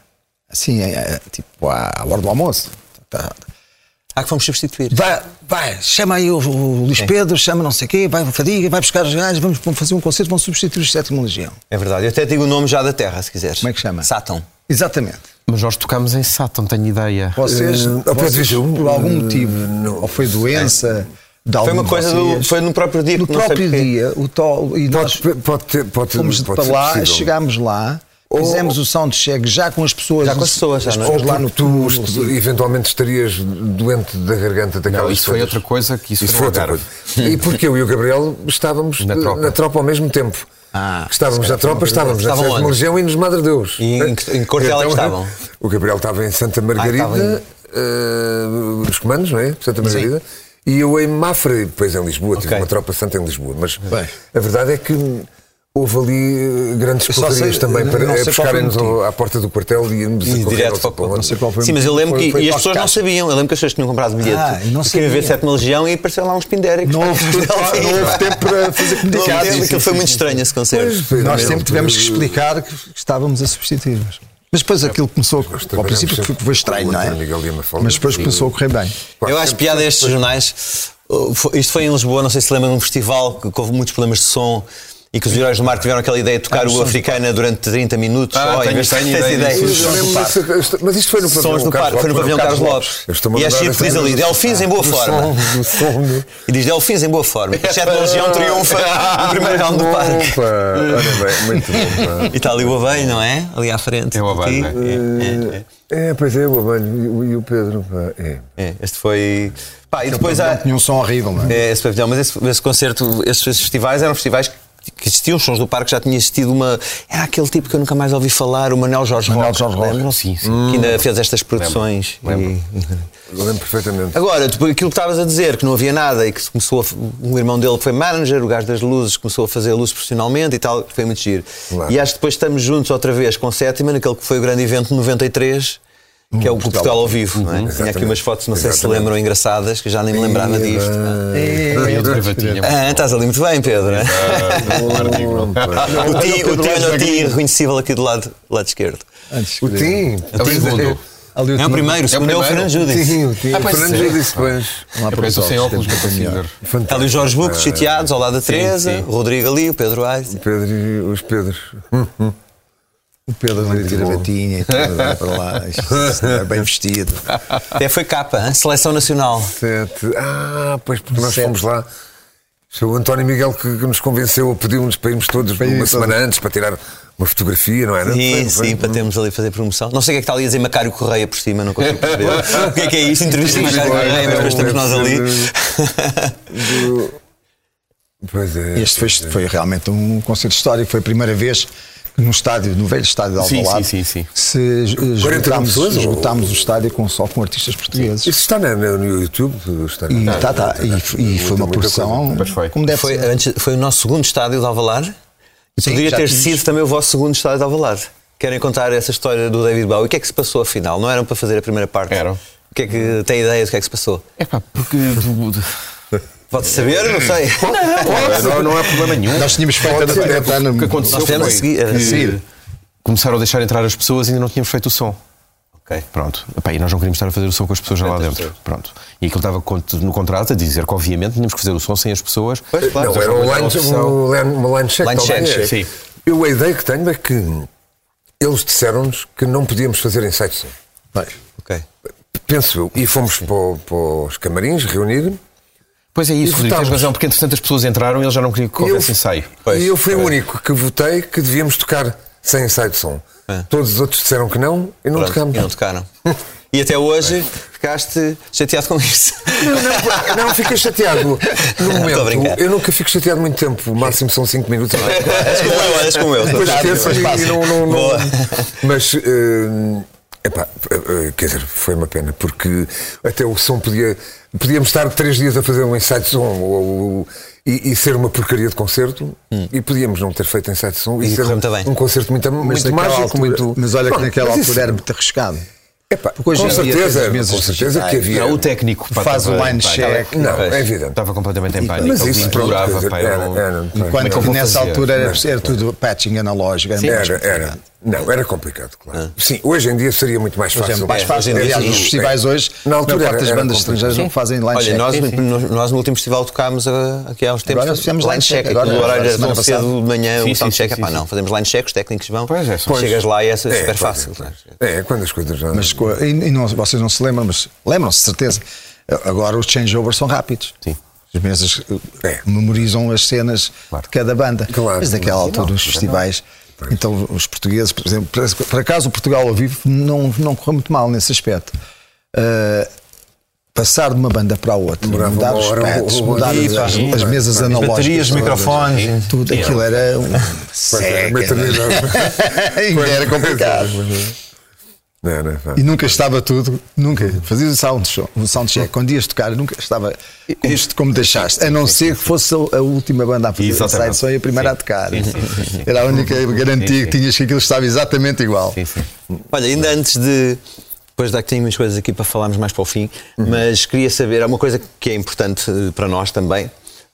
S4: assim, é, é, tipo à, à hora do almoço, tá-
S1: Há Ah, que fomos substituir.
S4: Vai, vai, chama aí o, o Luís Pedro, chama não sei o quê, vai ao Fadiga, vai buscar os gajos, vamos fazer um concerto, vão substituir os Sétimo Legião.
S1: É verdade, eu até digo o nome já da terra, se quiseres.
S4: Como é que chama?
S1: Sátão.
S4: Exatamente.
S5: Mas nós tocámos em Sátão, tenho ideia.
S4: Vocês,
S2: Eh, ao pé de
S4: vocês,
S2: Viseu,
S4: por algum
S2: eh,
S4: motivo,
S2: não.
S4: ou foi doença, de algum
S1: Foi uma
S4: de
S1: coisa do-
S4: vocês,
S1: foi no próprio dia
S4: No
S1: que não sei
S4: próprio
S1: porquê.
S4: dia, o to, e nós
S2: Pode, pode ter, pode,
S4: fomos
S2: pode
S4: para
S2: ser
S4: lá,
S2: possível.
S4: chegámos lá, fizemos o soundcheck já com as pessoas.
S1: Já com as pessoas, já, não é?
S2: Ou
S4: pessoas lá no
S2: porque tu
S4: túmulo.
S2: est- eventualmente estarias doente da garganta daquelas
S5: Não, isso foi
S2: coisas.
S5: outra coisa que isso,
S2: Isso
S5: foi
S2: foi
S5: no
S2: outra
S5: Algarve.
S2: coisa. E porque eu e o Gabriel estávamos
S5: Na
S2: na
S5: tropa.
S2: tropa, ao mesmo tempo.
S4: Ah,
S2: estávamos na tropa, estávamos na
S1: Estavam
S2: Sede de
S1: onde?
S2: Legião e nos Madre Deus. Então,
S1: E em que- em que quartel é que estavam?
S2: O Gabriel estava em
S1: Ah,
S2: Santa
S1: estava
S2: Margarida, eh, os comandos, não é? Santa Margarida. E eu em Mafra, e depois em Lisboa, tive
S1: Ok.
S2: uma tropa santa em Lisboa. Mas
S4: Bem.
S2: a verdade é que houve ali eh, grandes
S4: Eu só
S2: portarias
S4: sei-
S2: também
S4: não
S2: para
S4: sei
S2: eh,
S4: qual foi o
S2: buscarem-nos
S4: motivo.
S2: ao- à porta do quartel e irmos a
S4: E
S2: correr
S4: direto
S2: ao
S4: para o tipo,
S2: Sapão.
S4: não sei qual foi o
S2: Sim,
S1: Sim, mas eu lembro
S4: Foi-
S1: que.
S4: foi
S1: e as
S4: para
S1: pessoas não
S4: Cascais.
S1: sabiam. Eu lembro que as pessoas tinham comprado bilhete.
S4: Ah,
S1: Queria
S4: não sabia.
S1: ver Sétima Legião e apareceu lá uns pindéricos.
S4: Não houve tempo para- não houve tempo para fazer comunicado. Sim,
S1: Aquilo
S4: sim,
S1: foi
S4: sim,
S1: muito
S4: sim.
S1: estranho esse concerto.
S2: Pois,
S4: Nós
S2: meu,
S4: sempre tivemos que
S2: eh,
S4: explicar que estávamos a substituir. Mas depois
S2: É,
S4: aquilo começou, ao
S2: trabalhamos
S4: princípio
S2: sempre
S4: foi, foi estranho,
S2: com o
S4: não é?
S2: António Miguel Lima Folga.
S4: Mas depois
S2: Sim.
S4: começou a correr bem.
S2: Claro,
S1: eu acho
S2: sempre-
S1: piada a estes jornais. Uh, foi- Isto foi em Lisboa, não sei se lembram, num festival que que houve muitos problemas de som e que os Heróis do Mar tiveram aquela ideia de tocar
S4: Ah,
S1: o
S4: som.
S1: Africana durante 30 minutos.
S5: Ah,
S1: só, em
S5: tenho-
S1: vez de-
S5: tenho
S1: tens
S5: ideia disso.
S2: É, Eu
S1: um
S2: lembro-me dessa- esta- Mas isto foi no
S1: Sons
S2: pavilhão
S1: do Parque, foi no pavilhão Carlos Lopes.
S2: Eu estou-me a
S1: E
S2: lembrar
S1: a Chico
S2: dessa
S1: diz ali,
S2: coisa.
S1: "Delfins em boa
S2: Do
S1: forma." é
S2: som, do som, né?
S1: E diz Delfins em boa forma. E Exceto a Legião triunfa
S2: Ah,
S1: no um primeiro round do
S2: Opa,
S1: parque.
S2: Olha bem, muito bom. pá.
S1: E está ali o Aveiro, não é? Ali à frente.
S5: É o Aveiro,
S1: Aqui. É, é, é.
S2: É, pois é, o Abanho e o Pedro. pá, é.
S1: É, este foi. Pá, e depois há.
S4: Tinha um som horrível, não é?
S1: É, esse pavilhão, mas esse, esse concerto, esses, esses festivais eram festivais que- que existiam, os sons do parque já tinha existido uma. Era aquele tipo que eu nunca mais ouvi falar, o Manuel Jorge
S4: Manuel
S1: Roque.
S4: Jorge Roque.
S1: lembram?
S5: Sim, sim.
S1: Que ainda fez estas produções. E-
S2: Eu lembro perfeitamente.
S1: Agora, depois aquilo que estavas a dizer, que não havia nada e que se começou a, f- um irmão dele que foi manager, o gajo das luzes, começou a fazer a luz profissionalmente e tal, que foi muito giro.
S2: Claro.
S1: E acho que depois estamos juntos outra vez com o Sétima, naquele que foi o grande evento de 93, que é o Portugal, ao vivo. não é? Tinha aqui
S2: Exatamente.
S1: umas fotos, não sei se se
S2: Exatamente.
S1: lembram, engraças, que eu já nem me lembrava disto.
S2: É. Hum.
S5: Eu de gravatinha.
S1: Ah, estás ali muito bem, Pedro. hein?
S2: Bom, pá.
S1: O Tim, o Tim, olha o Tim irreconhecível aqui do lado, lado esquerdo.
S4: Antes,
S2: O Tim.
S5: É o segundo.
S4: ali
S1: Não é o primeiro, o segundo é o Fernando
S5: primeiro.
S1: Judis.
S2: Sim, o Tim.
S5: Ah,
S2: O
S5: pois
S2: Fernando
S5: é.
S2: já disse, pois.
S4: Não há é
S5: Eu penso sem óculos,
S4: temos que apanhar.
S5: capacidade.
S1: Está ali o Jorge
S2: É.
S1: Bucos, chateados, ao lado da Teresa,
S5: sim.
S1: o Rodrigo ali, o Pedro Aires.
S2: Pedro e os Pedros.
S4: O Pedro de gravatinha e tudo, vai para lá, isto é bem vestido.
S1: Até foi capa, hein? seleção nacional.
S2: Sete. Ah, pois, porque nós
S4: Sete.
S2: fomos lá. Foi o António Miguel que, que nos convenceu, pediu-nos para irmos todos
S4: ir
S2: uma
S4: todos.
S2: semana antes para tirar uma fotografia, não era? Foi,
S1: Sim,
S2: não foi?
S1: sim, para termos ali a fazer promoção. Não sei o que é que está ali a dizer Macário Correia por cima, não consigo perceber. o que é que é isto? Entrevista de Macário
S2: Lisboa,
S1: Correia, mas depois estamos nós ali.
S2: Do- Pois é.
S4: Este foi, foi realmente um concerto histórico, foi a primeira vez que no estádio, no velho estádio de
S5: Sim,
S4: Alvalade,
S5: sim, sim, sim.
S4: se es- esgotámos,
S2: um pessoas, ou-
S4: esgotámos o estádio com, só com artistas portugueses.
S2: Isso está na- na- no YouTube? Está
S4: E,
S2: na-
S4: tá, tá, e, f- e foi uma
S2: Muita coisa.
S4: produção
S5: Pois foi.
S4: como deve
S1: Foi,
S2: eh,
S4: ser.
S1: antes, foi o nosso segundo estádio de Alvalar. E
S4: Sim,
S1: poderia
S4: já
S1: ter
S4: tínhamos.
S1: sido também o vosso segundo estádio de Alvalar. Querem contar essa história do David Bowie? O que é que se passou afinal? Não eram para fazer a primeira parte?
S5: Eram.
S1: O que é que tem ideia do que é que se passou?
S5: É pá, porque. do- do-
S1: Pode saber? Não sei.
S5: Não, não há problema nenhum.
S4: Nós tínhamos feito
S2: Pode ser,
S4: a-
S2: é,
S4: a- a-
S5: O que
S4: a-
S5: aconteceu
S1: Nós
S5: foi
S1: temos a seguir- a
S5: que
S1: seguir.
S5: começaram a deixar entrar as pessoas e ainda não tínhamos feito o som.
S1: Ok.
S5: Pronto. Epá, e nós não queríamos estar a fazer o som com as pessoas já lá dentro. Pronto. E aquilo estava cont- no contrato a dizer que, obviamente, tínhamos que fazer o som sem as pessoas.
S1: Pois, claro.
S2: Não, era um line, um line, uma line check.
S1: Line
S2: talvez.
S1: check,
S5: sim.
S2: Eu a ideia que tenho é que eles disseram-nos que não podíamos fazer ensaio de som.
S1: Ok.
S2: Penso eu. E fomos para, o- para os camarins reunir.
S5: Pois é isso, Rodrigo, tens
S2: votámos.
S5: razão, porque entretanto as pessoas entraram e eles já não queriam que
S2: E eu-
S5: houvesse ensaio.
S1: Pois,
S2: e eu fui
S1: é.
S2: o único que votei que devíamos tocar sem ensaio de som. Todos os outros disseram que não e não
S1: Ah. Pronto,
S2: tocámos.
S1: e não tocaram. E até hoje ficaste chateado com isso.
S2: Não, não, não, fiquei chateado. No
S1: Estou a
S2: momento,
S1: brincar.
S2: eu nunca fico chateado muito tempo. O máximo são 5 minutos. é?
S1: És como eu, és como eu.
S2: Depois
S1: Sabe?
S2: esqueço e não, não, não-
S1: Boa.
S2: Mas, eh, epá, eh, quer dizer, foi uma pena, porque até o som podia. Podíamos estar três dias a fazer um ensaio de som ou- ou- e, e ser uma porcaria de concerto e podíamos não ter feito ensaio de som e,
S1: E
S2: ser
S1: correu muito
S2: um,
S1: bem.
S2: um concerto muito,
S4: Mas
S2: muito
S4: naquela
S2: mágico.
S4: altura-
S2: muito...
S4: Mas olha que
S2: Pronto,
S4: naquela
S2: mas
S4: altura
S2: isso-
S4: era muito arriscado.
S2: epá,
S4: Porque hoje
S2: com
S4: em dia
S2: certeza,
S4: tens mesas
S2: com certeza que
S4: digitais.
S2: havia.
S5: Não, o técnico pá,
S4: Faz o
S5: estava-
S4: line
S5: pá,
S4: check.
S5: estava-
S2: Não, é evidente.
S5: Estava completamente em pânico.
S2: Mas
S5: ele
S2: isso, pronto,
S5: implorava,
S2: quer dizer,
S5: pá, eu
S2: era-
S5: não-
S2: era-
S5: como é
S4: Enquanto
S5: que eu
S4: que
S5: vou
S4: nessa
S5: fazer?
S4: altura era, era tudo patching analógico. Era, mais
S2: Era, era.
S4: complicado.
S2: Não, era complicado, claro. Sim, hoje em dia seria muito mais fácil.
S4: Por exemplo, mais
S1: É,
S4: fácil.
S1: hoje em dia
S4: Aliás,
S1: sim.
S4: os festivais hoje,
S2: Na
S4: na
S2: altura
S4: altura, parte
S2: era-
S4: das
S2: era
S4: bandas
S2: complicado.
S4: estrangeiras não fazem line
S1: Olha,
S4: check.
S1: nós, no- nós no último festival tocámos ah, aqui há uns tempos.
S4: Agora nós fizemos line check,
S1: aquilo
S4: agora,
S1: do horário era
S4: agora,
S1: tão
S4: semana
S1: cedo
S4: passada.
S1: de manhã,
S5: Sim,
S1: o
S5: sim,
S1: sound check.
S5: sim,
S1: Epá,
S5: sim,
S1: não, fazemos line check, os técnicos vão.
S5: Pois é, só-
S1: Chegas lá e é super
S2: pois,
S1: fácil.
S2: é, É, quando as coisas já.
S4: Mas co- e, e não- vocês não se lembram, mas lembram-se, de certeza. Agora os changeovers são rápidos.
S5: Sim.
S4: As mesas eh,
S2: É.
S4: memorizam as cenas
S5: Claro.
S4: de cada banda.
S2: Claro.
S4: Mas naquela altura, os festivais. Então, os portugueses, por exemplo, parece que, por acaso o Portugal ao vivo não, não correu muito mal nesse aspecto. Ah, passar de uma banda para a outra,
S2: Demorava
S4: mudar
S2: uma
S4: os
S2: hora,
S4: pads,
S2: ou- ou-
S4: mudar
S2: Sim,
S4: as,
S2: sim.
S4: as mesas analógicas.
S1: baterias, microfones.
S4: Tudo aquilo era. Um,
S2: Pois é,
S4: seca,
S2: uma
S4: não é?
S2: eternidade. é.
S4: Ainda era complicado.
S2: Não é era? pá.
S4: E nunca estava tudo, nunca. Fazias um sound show, um soundcheck. Quando ias tocar, nunca estava como, como deixaste. A não ser que fosse a, a última banda a fazer essa
S5: Exatamente.
S4: edição e a primeira a tocar. Era a única garantia que tinhas que aquilo estava exatamente igual.
S5: Sim, sim.
S1: Olha, ainda antes de. Depois dá que tenho umas coisas aqui para falarmos mais para o fim,
S4: Uhum.
S1: mas queria saber, há uma coisa que é importante eh, para nós também,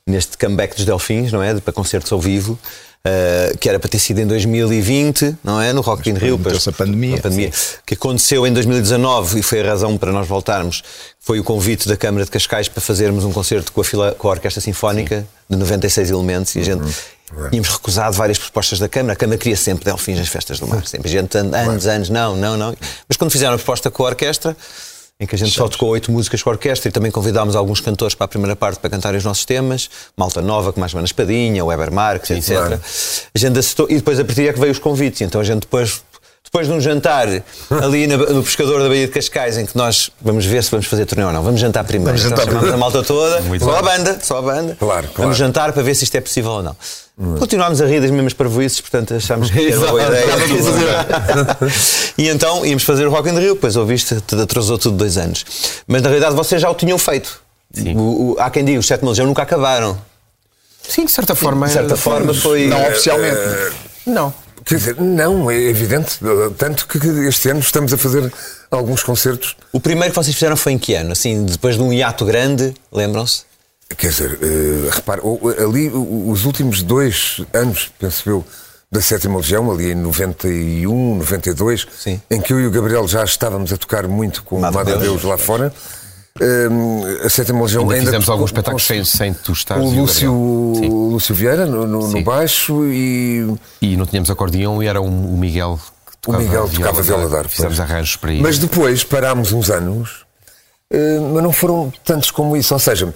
S1: neste comeback dos Delfins, não é? De- Para concertos ao vivo, eh, que era para ter sido em 2020, não é? No Rock in Rio.
S4: meteu-se
S1: pois-
S4: a pandemia,
S1: a Que aconteceu em 2019 e foi a razão para nós voltarmos, foi o convite da Câmara de Cascais para fazermos um concerto com a, fila- com a Orquestra Sinfónica, de 96 elementos, e a gente.
S4: Uhum.
S1: Tínhamos recusado várias propostas da Câmara. A Câmara queria sempre Delfins nas festas do mar. Sempre. A gente, an- anos, anos, não, não, não. Mas quando fizeram a proposta com a orquestra, em que a gente só tocou oito músicas com a orquestra e também convidámos alguns cantores para a primeira parte para cantarem os nossos temas, Malta Nova, com mais Joana Espadinha, o Weber Marques, etc.
S2: claro.
S1: A gente aceitou e depois a partir daí é que veio os convites. Então a gente depois, depois de um jantar ali na- no pescador da Baía de Cascais, em que nós vamos ver se vamos fazer torneio ou não. Vamos jantar primeiro.
S4: Vamos
S1: então
S4: jantar
S1: chamamos
S4: primeiro.
S1: a malta toda,
S5: Muito
S1: só a
S5: bem.
S1: banda, só a banda.
S2: Claro, claro.
S1: Vamos jantar para ver se isto é possível ou não. Continuámos a rir das mesmas parvoíces, portanto achámos que era uma boa ideia. e então íamos fazer o Rock in Rio, depois ouviste, te atrasou tudo dois anos. Mas na realidade vocês já o tinham feito. O- o- há quem diga, os Sete Legião nunca acabaram.
S3: Sim, de certa forma.
S1: De certa forma foi...
S4: Não oficialmente.
S3: Não.
S2: é, Quer dizer, não, é evidente. Tanto que este ano estamos a fazer alguns concertos.
S1: O primeiro que vocês fizeram foi em que ano? Assim, depois de um hiato grande, lembram-se?
S2: Quer dizer, eh, repare, o- ali o- os últimos dois anos, penso eu, da Sétima Legião, ali em 91, 92,
S1: Sim.
S2: em que eu e o Gabriel já estávamos a tocar muito com o
S1: Madre
S2: Madre
S1: Deus.
S2: Deus lá fora, eh, a Sétima Legião
S5: Ainda
S2: ainda.
S5: fizemos alguns
S2: tocou
S5: espetáculos sem, sem tu estares.
S2: com
S5: e
S2: O
S5: Gabriel.
S2: Lúcio,
S5: Sim.
S2: o Lúcio Vieira no, no- no
S5: Sim.
S2: baixo e.
S5: E não tínhamos acordeão e era um- o Miguel que tocava
S2: Miguel tocava viola de arco,
S5: Fizemos
S2: pois.
S5: arranjos para
S2: Mas
S5: isso.
S2: depois parámos uns anos, eh, mas não foram tantos como isso. Ou seja,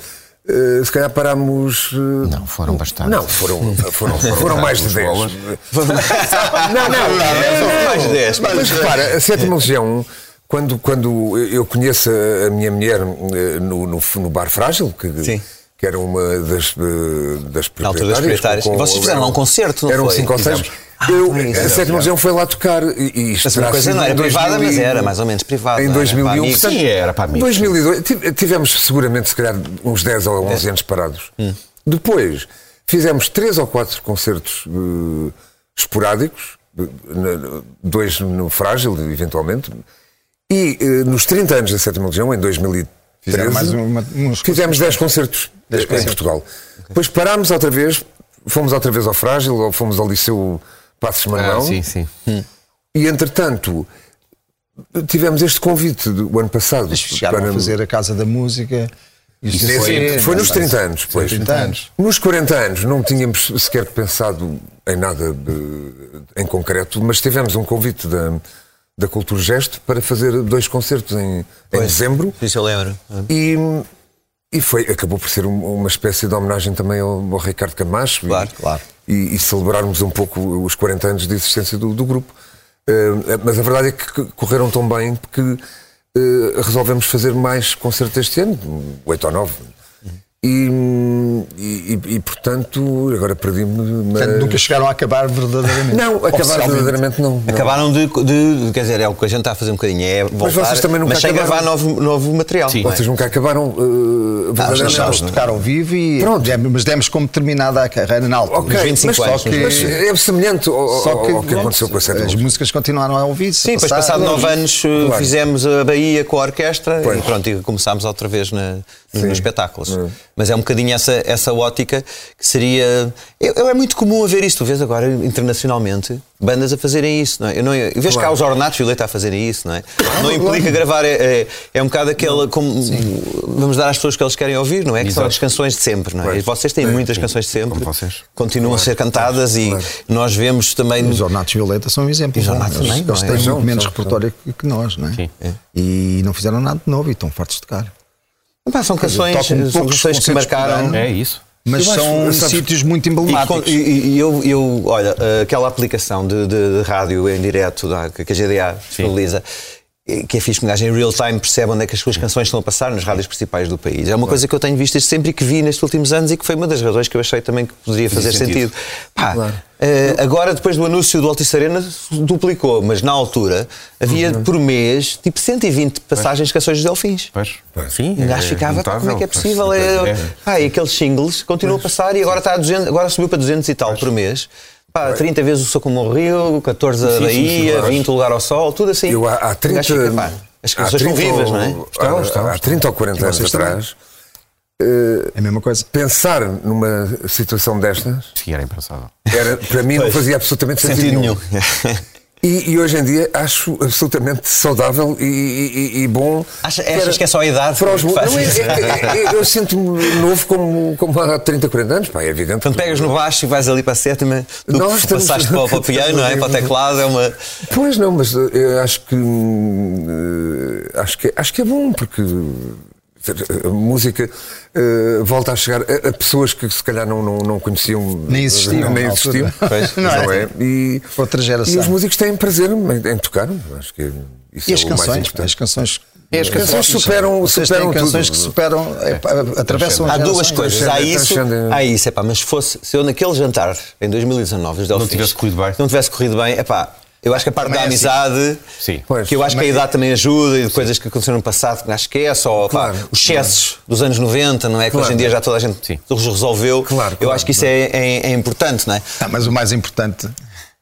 S2: eh, se calhar parámos. eh,
S5: Não, foram bastantes.
S2: Não, foram, foram, foram mais de 10.
S5: Bolas.
S2: Não, não,
S1: São mais de 10.
S2: Mas repara, a sétima legião, quando, quando eu conheço a a minha mulher eh, no, no, no Bar Frágil, que,
S1: Sim.
S2: que era uma das, eh, das proprietárias.
S1: Na altura das proprietárias.
S2: com-
S1: E vocês fizeram lá um concerto, não
S2: eram
S1: foi?
S2: cinco ou seis.
S1: Fizemos. Ah,
S2: Eu,
S1: foi isso,
S2: a sétima legião foi lá tocar e, e isto
S1: Mas uma
S2: terá
S1: coisa
S2: sido
S1: não
S2: em
S1: era privada,
S2: 2000
S1: mas era mais ou menos privada,
S2: Em
S1: não era?
S2: 2001,
S1: Para amigos.
S5: Sim, era para amigos.
S2: 2002, tive- tivemos seguramente, se calhar, uns 10 ou 11 anos parados.
S1: Hum.
S2: Depois, fizemos três ou quatro concertos eh, esporádicos, eh, na- dois no Frágil, eventualmente, e eh, nos 30 anos da Sétima Legião, em 2013,
S4: Fizeram mais uma- uns
S2: fizemos 10 concertos eh, em Portugal. Depois parámos outra vez, fomos outra vez ao Frágil, ou fomos ao Liceu Passos
S5: Ah,
S2: Manuel,
S5: sim, sim.
S2: e entretanto... Tivemos este convite do ano passado
S4: Chegaram a fazer a Casa da Música. Isso né?
S2: Nesse- foi,
S4: não,
S2: nos
S4: não,
S2: 30 anos, pois.
S4: 30 anos.
S2: Nos 40 anos não tínhamos sequer pensado em nada eh, em concreto, mas tivemos um convite da, da Cultura Gesto para fazer dois concertos em, em dezembro
S1: Isso eu lembro.
S2: e, e foi, acabou por ser um- uma espécie de homenagem também ao, ao Ricardo Camacho e-
S1: Claro,
S2: e,
S1: claro.
S2: E, celebrarmos um pouco os 40 anos de existência do, do grupo. Eh, mas a verdade é que correram tão bem porque eh, resolvemos fazer mais concertos este ano, 8 ou 9. E, e, e, portanto, agora perdi-me. Mas...
S4: Portanto, nunca chegaram a acabar verdadeiramente.
S2: Não, acabar
S4: Eh, Oficialmente.
S2: verdadeiramente não. não.
S1: Acabaram de, de- Quer dizer, é o que a gente está a fazer um bocadinho. É voltar,
S2: vocês também nunca
S1: mas sem
S2: acabaram.
S1: gravar novo, novo material.
S5: Sim.
S1: não é?
S2: Vocês nunca acabaram eh,
S4: Nós
S2: verdadeiramente.
S4: deixámos de tocar ao vivo e
S2: Pronto.
S4: demos- mas demos como terminada a carreira na altura.
S2: Ok,
S1: Os 25
S2: mas,
S1: anos,
S2: só que-
S1: sim.
S2: mas é semelhante ao, ao-
S4: Só que,
S2: ao que
S4: pronto,
S2: aconteceu com a Sétima
S4: As
S2: Legião.
S4: músicas continuaram a ouvir-se.
S1: Sim,
S4: a
S1: depois
S4: passar. é
S1: passado nove anos eh,
S2: Claro.
S1: fizemos a Bahia com a orquestra e
S2: Pois.
S1: pronto, e começámos outra vez na- nos espetáculos. Mas é um bocadinho essa, essa ótica que seria. Eu, eu- é muito comum haver isso, tu vês agora internacionalmente bandas a fazerem isso, não é? Eu não, eu vejo cá os Ornatos Violeta a fazerem isso, não é? Não implica gravar, é, é, é um bocado aquela. Como, vamos dar às pessoas que eles querem ouvir, não é? Que são
S5: Exato.
S1: as canções de sempre, não é? E vocês têm muitas canções de sempre,
S5: Como vocês.
S1: continuam a ser cantadas e nós vemos também.
S4: Os Ornatos Violeta são um exemplo.
S1: Os
S4: não é?
S1: Ornatos
S4: Eles-
S1: também, não
S4: Eles
S1: é?
S4: têm
S2: São,
S4: muito menos
S2: são,
S4: repertório que- que nós, não é?
S5: Sim.
S4: E não fizeram nada de novo e estão fartos de tocar.
S1: Pá, são canções,
S4: tocam
S1: são
S4: poucos
S1: canções que
S4: concertos por
S1: marcaram.
S4: ano.
S5: É isso.
S4: Mas
S2: Eu acho-
S4: são
S2: sabes-
S4: sítios muito
S1: né? E, con-
S4: emblemáticos.
S1: e- e eu, eu, olha, eh, aquela aplicação de, de- de rádio em direto da, que a GDA disponibiliza, eh, que é fixe que um gajo em real time percebe onde é que as suas canções estão a passar nas rádios principais do país. É uma coisa que eu tenho visto sempre e que vi nestes últimos anos e que foi uma das razões que eu achei também que poderia fazer sentido.
S5: sentido.
S1: Pá, Eh, agora, depois do anúncio do Altice Arena, duplicou, mas na altura havia por mês tipo 120 passagens de canções dos Delfins.
S5: Pois.
S1: Sim, um gajo ficava, pá, como é que é
S5: notável,
S1: possível?
S5: pois,
S1: É,
S2: assim.
S5: é.
S1: pá, e aqueles singles continuam a passar e agora, está a 200, agora subiu para 200 e tal por mês. Pá, 30 vezes o Socomo ao Rio, 14 a Bahia, 20 o Lugar ao Sol, tudo assim.
S2: Eu
S1: Um
S2: há, há
S1: gajo
S2: 30.
S1: fica, pá, as canções estão vivas,
S2: ou-
S1: não é?
S2: há, há 30 ou 40 anos
S4: vocês também.
S2: atrás,
S4: É a mesma coisa.
S2: pensar numa situação destas,
S5: Sim, era impensável.
S2: era, para mim não
S1: Pois.
S2: fazia absolutamente sentido,
S1: Sentido
S2: nenhum.
S1: nenhum.
S2: E, e hoje em dia acho absolutamente saudável e, e- e- e bom.
S1: Acha- achas que é só a idade
S2: Para os
S1: que
S2: mo-
S1: faz
S2: não, é,
S1: isso?
S2: é- é- eu sinto-me novo como, como há 30, 40 anos, pá, é evidente.
S1: Quando pegas no baixo e vais ali para a sétima, tu
S2: Nós estamos-
S1: passaste para o, para o piano, não é? Para o teclado, é uma.
S2: Pois não, mas eh, eu acho que, hum, eh, acho que acho que é bom porque quer dizer, a música eh, volta a chegar a, a pessoas que se calhar não, não, não conheciam
S4: Nem existiam
S2: nem
S4: na
S2: existiam
S4: altura. Pois.
S2: não,
S4: Não
S2: é?
S4: é?
S2: E,
S4: Outra geração.
S2: e os músicos têm prazer em, em tocar acho que isso
S4: E
S2: é
S4: as
S2: o mais
S4: canções, pá,
S2: importante
S4: as canções.
S2: É, as canções superam-
S4: Vocês
S2: superam
S4: têm canções
S2: tudo.
S4: que superam, é, pá, atravessam
S1: Há
S4: as
S1: duas
S2: assim,
S4: gerações.
S1: coisas. Há
S2: transcendem-
S1: isso,
S2: transcendem.
S1: há isso, epá, mas fosse, se eu naquele jantar, em 2019, os Delfins,
S5: tivesse corrido bem.
S1: se não tivesse corrido bem, epá, eu acho que a parte
S4: Também
S1: da
S4: é assim.
S1: amizade,
S5: Sim.
S2: Pois, é-
S1: que eu acho que a idade também ajuda, e de coisas que aconteceram no passado, que não esquece, ou pá,
S2: Claro,
S1: os excessos dos anos 90, não é? Que
S2: Claro.
S1: hoje em dia já toda a gente
S5: Sim.
S1: os resolveu.
S2: Claro,
S1: eu
S2: claro,
S1: acho que isso é, é- é importante, não é?
S4: Ah, mas o mais importante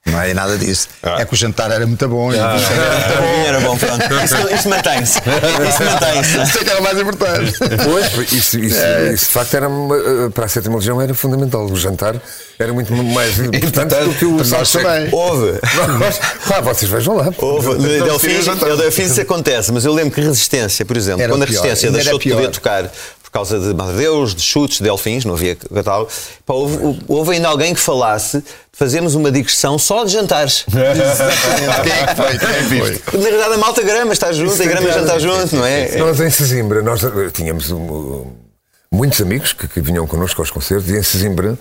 S4: não é nada disso.
S5: Ah.
S4: É que o jantar era muito bom.
S2: Ah.
S4: e o bicho
S1: Era é- bom, Era bom, pronto. Isso, isso mantém-se. Isso mantém-se.
S4: Isso é que era o mais importante.
S2: Pois, isso, isso,
S4: É.
S2: isso de facto era uma, eh, para a sétima legião era fundamental. O jantar era muito mais importante do que o
S4: para nós
S2: soundcheck.
S4: também.
S1: Houve.
S2: Nós- Pá, vocês vejam lá.
S1: Houve,
S2: Não,
S1: de
S2: não
S1: Delfins,
S2: seria jantar.
S1: de Delfins isso acontece, mas eu lembro que Resistência, por exemplo,
S4: Era
S1: quando a
S4: pior,
S1: Resistência
S4: ainda era
S1: deixou de poder
S4: pior.
S1: tocar por causa de Madeus, de chutes, de Delfins, não havia catálogo, pá, houve, houve ainda alguém que falasse de fazermos uma digressão só de jantares.
S4: Quem é que foi? Quem é que foi?
S1: Na verdade, a malta grama está junto, a grama janta junto, não é?
S2: Nós em Sesimbra, nós eh, tínhamos um, muitos amigos que, que vinham connosco aos concertos e em Sesimbra,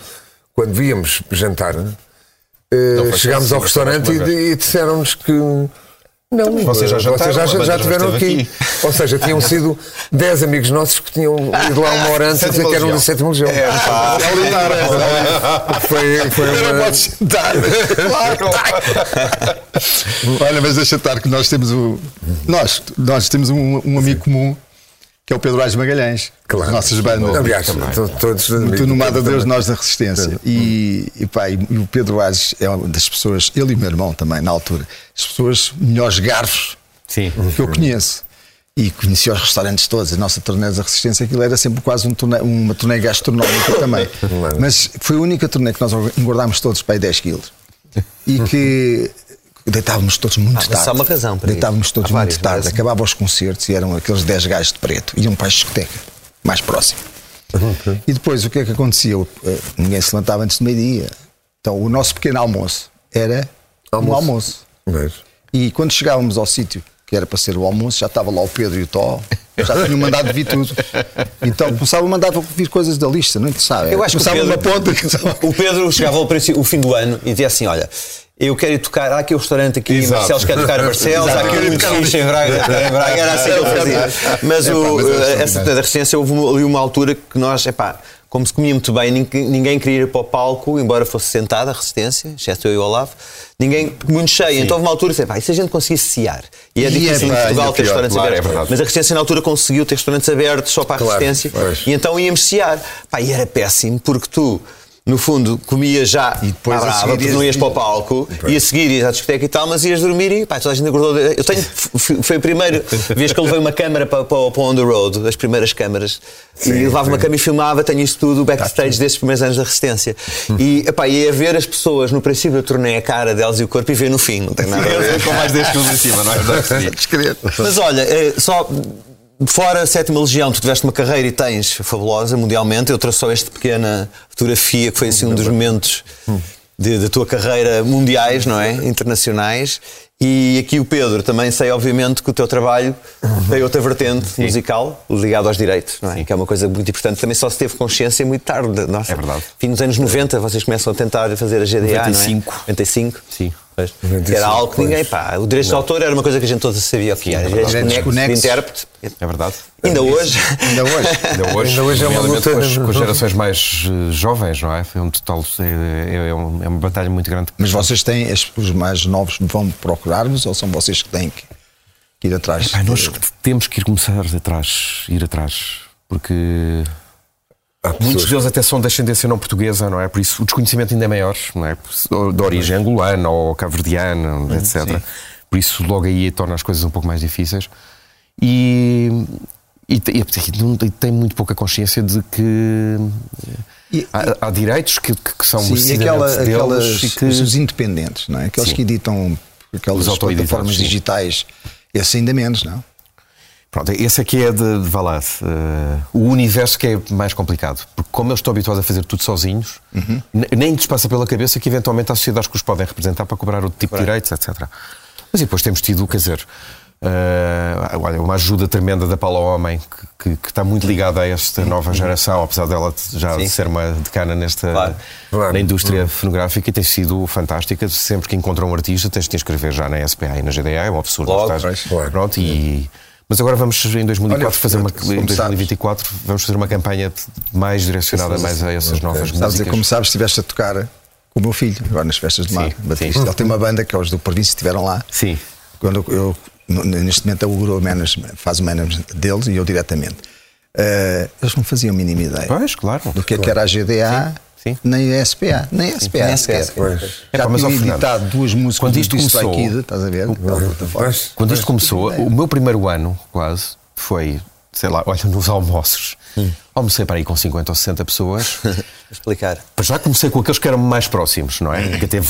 S2: quando víamos jantar, eh,
S5: foi
S2: chegámos ao
S5: assim, foi mais
S2: restaurante e,
S5: uma
S2: e disseram-nos que. Não,
S5: vocês já
S2: eh,
S5: jantaram,
S2: já,
S5: a banda
S2: já
S5: já
S2: tiveram
S5: esteve
S2: aqui.
S5: aqui.
S2: Ou seja, tinham sido 10 amigos nossos que tinham ido lá uma hora antes e dizer que eram da sétima legião.
S1: pá.
S4: É o Lindar,
S2: é, Foi, foi
S4: Primeiro
S2: uma...
S4: podes sentar. Claro. Olha, mas deixa estar que nós temos o. Nós, nós temos um, um amigo comum que é o Pedro Ais Magalhães.
S2: Claro.
S4: As nossas bandas.
S2: Aliás, to- todos.
S4: Muito no Mada Deus, nós da Resistência. E, e, pá, e o Pedro Ages é uma das pessoas, ele e o meu irmão também, na altura, as pessoas melhores garfos
S5: Sim.
S4: que eu conheço. E conheci os restaurantes todos, a nossa torneira da Resistência, aquilo era sempre quase um torneio, uma torneia gastronómica também. Mas foi a única torneia que nós engordámos todos para aí 10 quilos. E que deitávamos todos muito
S1: Ah, mas
S4: tarde.
S1: há uma razão para isso.
S4: Deitávamos todos
S1: Há
S4: muito
S1: várias, é?
S4: tarde.
S1: parece-me.
S4: Acabava os concertos e eram aqueles 10 gajos de preto. Iam para a discoteca, mais próximo. E depois o que é que acontecia? O- eh, Ninguém se levantava antes do meio-dia. Então o nosso pequeno almoço era um
S2: Almoço.
S4: almoço.
S2: Mas,
S4: E quando chegávamos ao sítio que era para ser o almoço, já estava lá o Pedro e o Tó, já tinham mandado vir tudo. Então começava a mandar vir coisas da lista, não interessava.
S1: Eu acho que o
S4: começava
S1: Pedro-
S4: uma ponta. começava-
S1: O Pedro chegava ao princípio- o fim do ano e dizia assim: Olha, eu quero ir tocar, há aqui o restaurante aqui,
S5: Exato.
S1: Marcelos quer tocar a Barcelos, há aqui
S4: Exato.
S1: um muito fixe em Braga, em Braga, era assim que eu fazia. Mas
S4: É, pá,
S1: o,
S4: mas é extraordinário.
S1: essa da resistência houve uma- ali uma altura que nós, epá, como se comia muito bem, nin- ninguém queria ir para o palco, embora fosse sentada a resistência, exceto eu e o Olavo, ninguém, muito cheio. Então houve uma altura que disse, "Epá, e se a gente conseguisse cear? E é
S4: E,
S1: difícil em
S4: epá,
S1: Portugal
S4: ainda
S1: ter
S4: pior,
S1: restaurantes
S5: claro, é
S1: abertos.
S5: verdade.
S1: Mas a resistência na altura conseguiu ter restaurantes abertos só para a
S2: Claro,
S1: resistência.
S2: pois.
S1: E então íamos cear. Pá, e era péssimo porque tu, no fundo, comias já e
S4: depois a seguir
S1: porque não ias
S4: ias-
S1: para o palco, e a seguir ias à discoteca e tal, mas ias dormir e pá, toda a gente acordou. de- Eu tenho, f- foi a primeira vez que eu levei uma câmara para, para, o- para o On The Road, as primeiras câmaras, e levava uma câmara e filmava, tenho isso tudo, o backstage desses primeiros anos da resistência. E, epá, ia ver as pessoas, no princípio eu tornei a cara delas e o corpo e ver no fim, não tem nada a ver.
S5: Com mais 10 quilos em cima, não é verdade?
S1: Mas olha, eh, só fora a sétima legião, tu tiveste uma carreira e tens fabulosa mundialmente. Eu trouxe só esta pequena fotografia que foi assim um dos momentos de- da tua carreira mundiais, não é? Internacionais. E aqui o Pedro, também sei obviamente que o teu trabalho tem outra vertente musical ligado aos direitos, não é? Que é uma coisa muito importante, também só se teve consciência muito tarde. Nossa,
S5: É verdade.
S1: Fim dos anos 90, vocês começam a tentar fazer a GDA, não é?
S5: 95.
S1: 95.
S5: Sim.
S1: Mas
S2: Não
S1: que
S2: disse
S1: era algo que
S2: coisa.
S1: ninguém. Pá, o direito de autor era uma coisa que a gente todos sabia o que
S2: é
S1: era.
S4: verdade.
S1: Desconexo de
S4: Desconexo.
S1: intérprete.
S5: É verdade.
S1: Ainda hoje.
S4: Ainda hoje.
S5: Ainda hoje,
S2: Ainda hoje é uma
S5: nomeadamente
S2: luta,
S5: com as,
S2: né?
S5: com as gerações mais eh, jovens, não é? Foi um total. É, é, um- é uma batalha muito grande.
S4: Mas vocês têm, as- os mais novos vão procurar-vos ou são vocês que têm que, que ir atrás?
S5: Epá, nós temos que ir começar atrás, ir atrás, porque
S2: Há
S5: muitos
S2: pessoas-
S5: deles até são de ascendência não portuguesa, não é? Por isso o desconhecimento ainda é maior, não é? Ou De origem angolana ou
S4: Uhum,
S5: caverdiana, etc. Por isso logo aí torna as coisas um pouco mais difíceis. E, e, te- e não tem- tem muito pouca consciência de que
S4: E-
S5: há, há direitos que, que- que são
S4: Sim, e
S5: precisamente
S4: aquela,
S5: deles
S4: aquelas,
S5: e que-
S4: os independentes, não é? Aqueles
S5: Sim.
S4: que editam
S5: Os
S4: aquelas
S5: autoeditados,
S4: plataformas
S5: sim.
S4: digitais, esse ainda menos, não?
S5: Pronto, esse aqui é de, de vá lá, eh, o universo que é mais complicado. Porque como eles estão habituados a fazer tudo sozinhos,
S1: Uhum.
S5: ne- nem lhes passa pela cabeça que eventualmente há sociedades que os podem representar para cobrar outro tipo de direitos, etc. Mas e depois temos tido, quer dizer, eh, olha, uma ajuda tremenda da Paula Homem, que, que- que está muito ligada a esta nova geração, apesar dela já
S1: Uhum. Sim.
S5: ser uma decana nesta
S1: Claro.
S2: Claro.
S5: na indústria fonográfica e tem sido fantástica. Sempre que encontra um artista, tens de te inscrever já na SPA e na GDA, é um absurdo.
S1: Logo,
S5: Estás-
S2: pois, claro.
S5: Pronto, e- Mas agora vamos em 2004
S4: Olha,
S5: fazer uma,
S4: como
S5: em 2024 vamos fazer uma campanha mais direcionada mais a essas novas
S4: Sabes dizer, como
S5: músicas.
S4: sabes, estiveste a tocar com o meu filho, agora nas festas de mar,
S5: Sim,
S4: Batista.
S5: sim.
S4: Ele tem uma banda que é os do Província, estiveram lá.
S5: Sim.
S4: Quando eu, eu- neste momento, é o Guru management, faz o management deles e eu diretamente. Eh, eles não faziam a mínima ideia
S5: Pois, claro.
S4: do que, é que era a GDA,
S5: Sim, sim.
S4: nem a SPA, nem a SPA.
S1: nem
S4: sequer.
S1: SPA,
S2: pois.
S4: Já
S5: Epá, mas, ó,
S4: tinham
S5: Fernando,
S4: editado duas músicas
S5: quando
S4: do
S5: isto
S4: Disc Like
S5: começou-
S4: Kid, estás a ver?
S2: Pois,
S5: Quando isto começou, o meu primeiro ano, quase, foi, sei lá, olha, nos almoços.
S1: Hum.
S5: Almocei para aí com 50 ou 60 pessoas.
S1: explicar.
S5: Para já comecei com aqueles que eram mais próximos, não é? Que até, eh,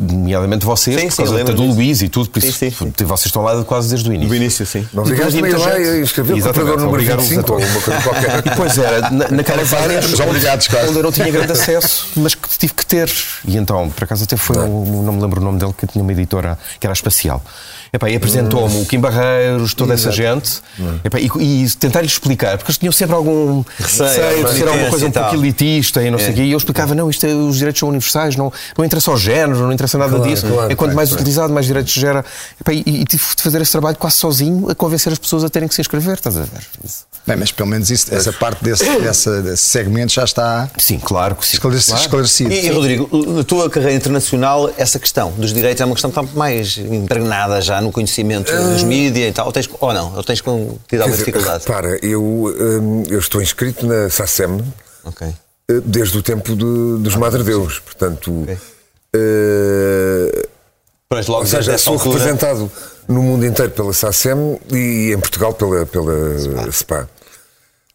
S5: nomeadamente vocês,
S1: Hum. Sim,
S5: por
S1: sim,
S5: causa
S1: lembro
S5: até do
S1: disso.
S5: Luís e tudo, por
S1: Sim,
S5: isso
S1: sim, sim.
S5: vocês estão lá quase desde o início.
S1: início, sim.
S2: Não ligaste meio lá e escreveu o
S5: Exatamente,
S2: computador número
S5: obrigado-vos a
S2: 25 ou
S5: todos.
S2: alguma coisa
S5: E
S2: qualquer.
S5: depois era, na, naquela
S4: Várias,
S5: várias
S4: mas obrigados, quase.
S5: onde eu não tinha grande acesso, mas que tive que ter. E então, por acaso, até foi, um, não me lembro o nome dele, que tinha uma editora que era espacial. Epá, e apresentou-me o Kim Barreiros, toda essa gente, Epá, e, e tentar-lhe explicar, porque eles tinham sempre algum
S1: Receio,
S5: receio, de ser alguma
S1: resistência
S5: coisa
S1: e
S5: um
S1: tal.
S5: pouco elitista e não sei o
S1: É.
S5: quê, e eu explicava, não, isto é- os direitos são universais, não, não interessa ao género, não interessa nada
S2: Claro,
S5: disso,
S2: claro,
S5: é quanto
S2: claro,
S5: mais
S2: claro.
S5: utilizado, mais direitos gera. Epá, e, e tive de fazer esse trabalho quase sozinho a convencer as pessoas a terem que se inscrever, estás a ver?
S4: Bem, mas pelo menos isso- essa parte desse, dessa- desse segmento já está
S5: Sim, claro que sim.
S4: esclareci-
S5: Claro.
S4: esclarecido.
S1: E, e, Rodrigo, na tua carreira internacional, essa questão dos direitos é uma questão que está mais impregnada já no conhecimento
S2: Eh,
S1: dos mídias e tal. Ou, tens, ou não? Ou tens com- tido alguma dificuldade?
S2: Para, eu, hum, eu estou inscrito na SACEM
S1: Ok.
S2: eh, desde o tempo de- dos Madredeus, portanto.
S1: Ah, Ok.
S2: eh,
S1: Pois logo
S2: Ou seja,
S1: dessa
S2: sou
S1: altura-
S2: representado no mundo inteiro pela SACEM e em Portugal pela, pela SPA.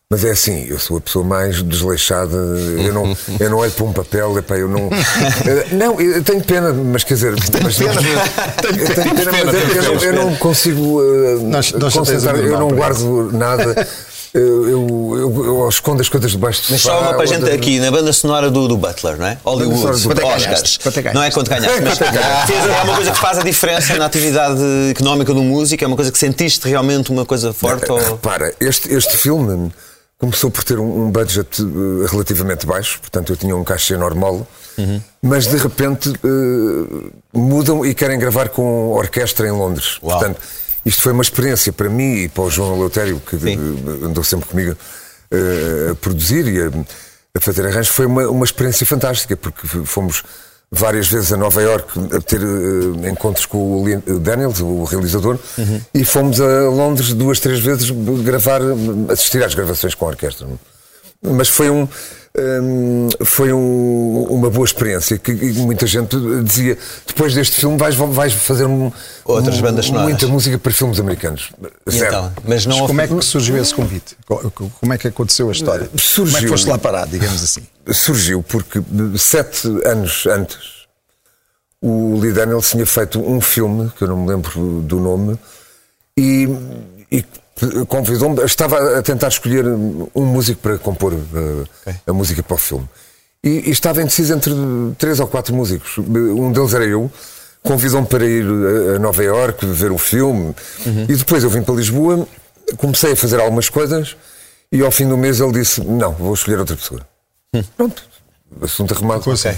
S2: Mas é assim, eu sou a pessoa mais desleixada, eu não, eu não olho para um papel, epá, eu não. Eh, Não, eu tenho pena, mas quer dizer. Mas não, eu tenho pena, mas eu- eu, não- eu não consigo eh,
S4: Nós- nós já temos o
S2: concentrar,
S4: meu
S2: eu
S4: irmão,
S2: não
S4: por
S2: guardo nada, eu, eu, eu- eu escondo as coisas debaixo do
S1: Mas
S2: sofá,
S1: só uma para a gente
S2: outra-
S1: aqui, na banda sonora do, do Butler, não é? Hollywood,
S2: sonora do-
S4: Quanto é que
S1: Oscars.
S4: ganhaste? Quanto é que
S1: Não é quanto ganhaste, mas fez- é uma coisa que faz a diferença na atividade económica do músico, é uma coisa que sentiste realmente uma coisa forte ou...
S2: Repara, este, este filme começou por ter um, um budget eh, relativamente baixo, portanto eu tinha um cachê normal, mas de repente eh, mudam e querem gravar com orquestra em Londres.
S1: Uau.
S2: Portanto, isto foi uma experiência para mim e para o João Eleutério, que eh, andou sempre comigo eh, a produzir e a, a fazer arranjos, foi uma, uma experiência fantástica, porque f- fomos várias vezes a Nova Iorque a ter eh, encontros com o Lin- Daniels, o realizador, e fomos a Londres duas, três vezes gravar, assistir às gravações com a orquestra. Mas foi um. hum, foi um- uma boa experiência que e muita gente dizia depois deste filme vais, vais fazer um-
S1: Outras
S2: um-
S1: bandas sonoras."
S2: muita música para filmes americanos
S1: E
S2: Zero.
S1: então? Mas não
S4: Mas
S1: houve-
S4: como é que surgiu esse convite? Co- co- Como é que aconteceu a história?
S2: Eh, Surgiu-
S4: Como é que foste lá parar, digamos assim?
S1: então?
S2: surgiu porque eh, sete anos antes o Lee Daniels tinha feito um filme, que eu não me lembro do nome, e, e convidou-me. Estava a tentar escolher um músico para compor uh, a música para o filme. E, e estava indeciso entre três ou quatro músicos. Um deles era eu. Convidou-me para ir a- a Nova Iorque ver o filme. E depois eu vim para Lisboa, comecei a fazer algumas coisas. E ao fim do mês ele disse: Não, vou escolher outra pessoa. Pronto, assunto arrumado.
S4: Ok.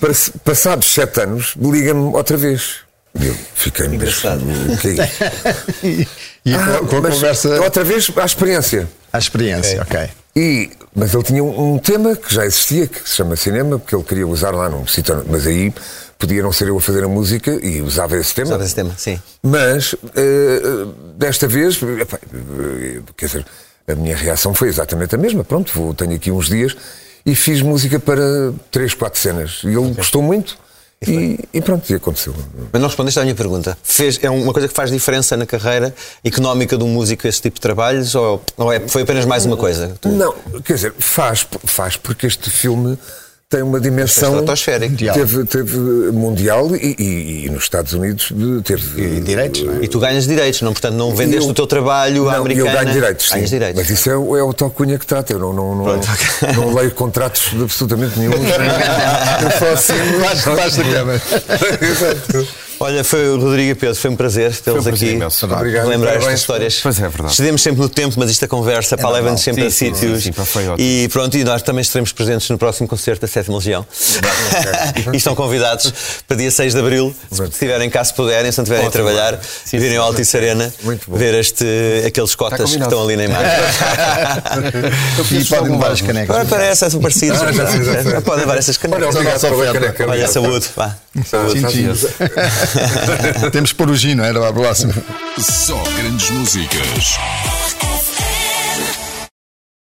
S2: Pass- Passados sete anos, liga-me outra vez. E eu fiquei
S1: Engraçado.
S2: mesmo. O que é isto?
S4: E, e
S2: Ah,
S4: com, com a
S2: mas É.
S4: conversa,
S2: Outra vez à experiência.
S4: a experiência, ok.
S2: E, mas ele tinha um, um tema que já existia, que se chama cinema, porque ele queria usar lá num sítio. Mas aí podia não ser eu a fazer a música e usava esse tema.
S1: Sabe esse tema? Sim.
S2: Mas eh, desta vez, epá, eh, quer dizer, a minha reação foi exatamente a mesma. Pronto, vou, tenho aqui uns dias e fiz música para três, quatro cenas. E ele gostou muito e, e pronto, e aconteceu.
S1: Mas não respondeste à minha pergunta. Fez, é uma coisa que faz diferença na carreira económica de um músico esse tipo de trabalhos ou, ou é, foi apenas mais uma coisa? Tu-
S2: Não, quer dizer, faz, faz porque este filme tem uma dimensão
S1: estratosférica.
S2: Teve, teve mundial e, e- e nos Estados Unidos teve
S4: E direitos, não é?
S1: E tu ganhas direitos, não? Portanto, não vendeste
S2: Eu-
S1: o teu trabalho à
S2: Não,
S1: americana.
S2: Eu ganho direitos, sim.
S1: Ganhas direitos.
S2: Mas isso é, o- é o tal Cunha que trata. Eu não, não, não, não leio contratos de absolutamente nenhum. eu assim, só assino.
S4: Baixo- baixo da cama.
S2: Exato.
S1: Olha, foi o Rodrigo e Pedro, foi um prazer tê-los
S5: Foi um prazer
S1: aqui.
S5: imenso.
S2: Obrigado.
S1: Lembrar estas
S2: Parabéns.
S1: histórias.
S5: Pois é, é verdade.
S1: Cedemos sempre no tempo, mas esta conversa pá,
S4: normal.
S1: leva-nos sempre
S5: Sim,
S1: a
S5: sim,
S1: sítios.
S5: sim, sim, pá, foi ótimo.
S1: e pronto, e nós também estaremos presentes no próximo concerto da Sétima Legião. e estão convidados para dia 6 de Abril, se estiverem cá, se puderem, se não estiverem a trabalhar, e virem ao Altice Arena
S2: Muito bom.
S1: ver este, aqueles cotas que
S5: combinado.
S1: estão ali na imagem.
S4: E podem levar as
S1: Agora
S4: canecas.
S1: parece, são parecidos.
S2: Ah, já sei, já sei.
S1: Podem levar essas canecas.
S2: Olha, obrigado
S4: Só
S2: pela
S4: foi a
S5: é
S2: caneca.
S1: Olha, é
S2: Obrigado.
S1: saúde. Vá.
S2: Saúde.
S4: Temos que pôr o gino, era para a próxima.
S6: Só grandes músicas.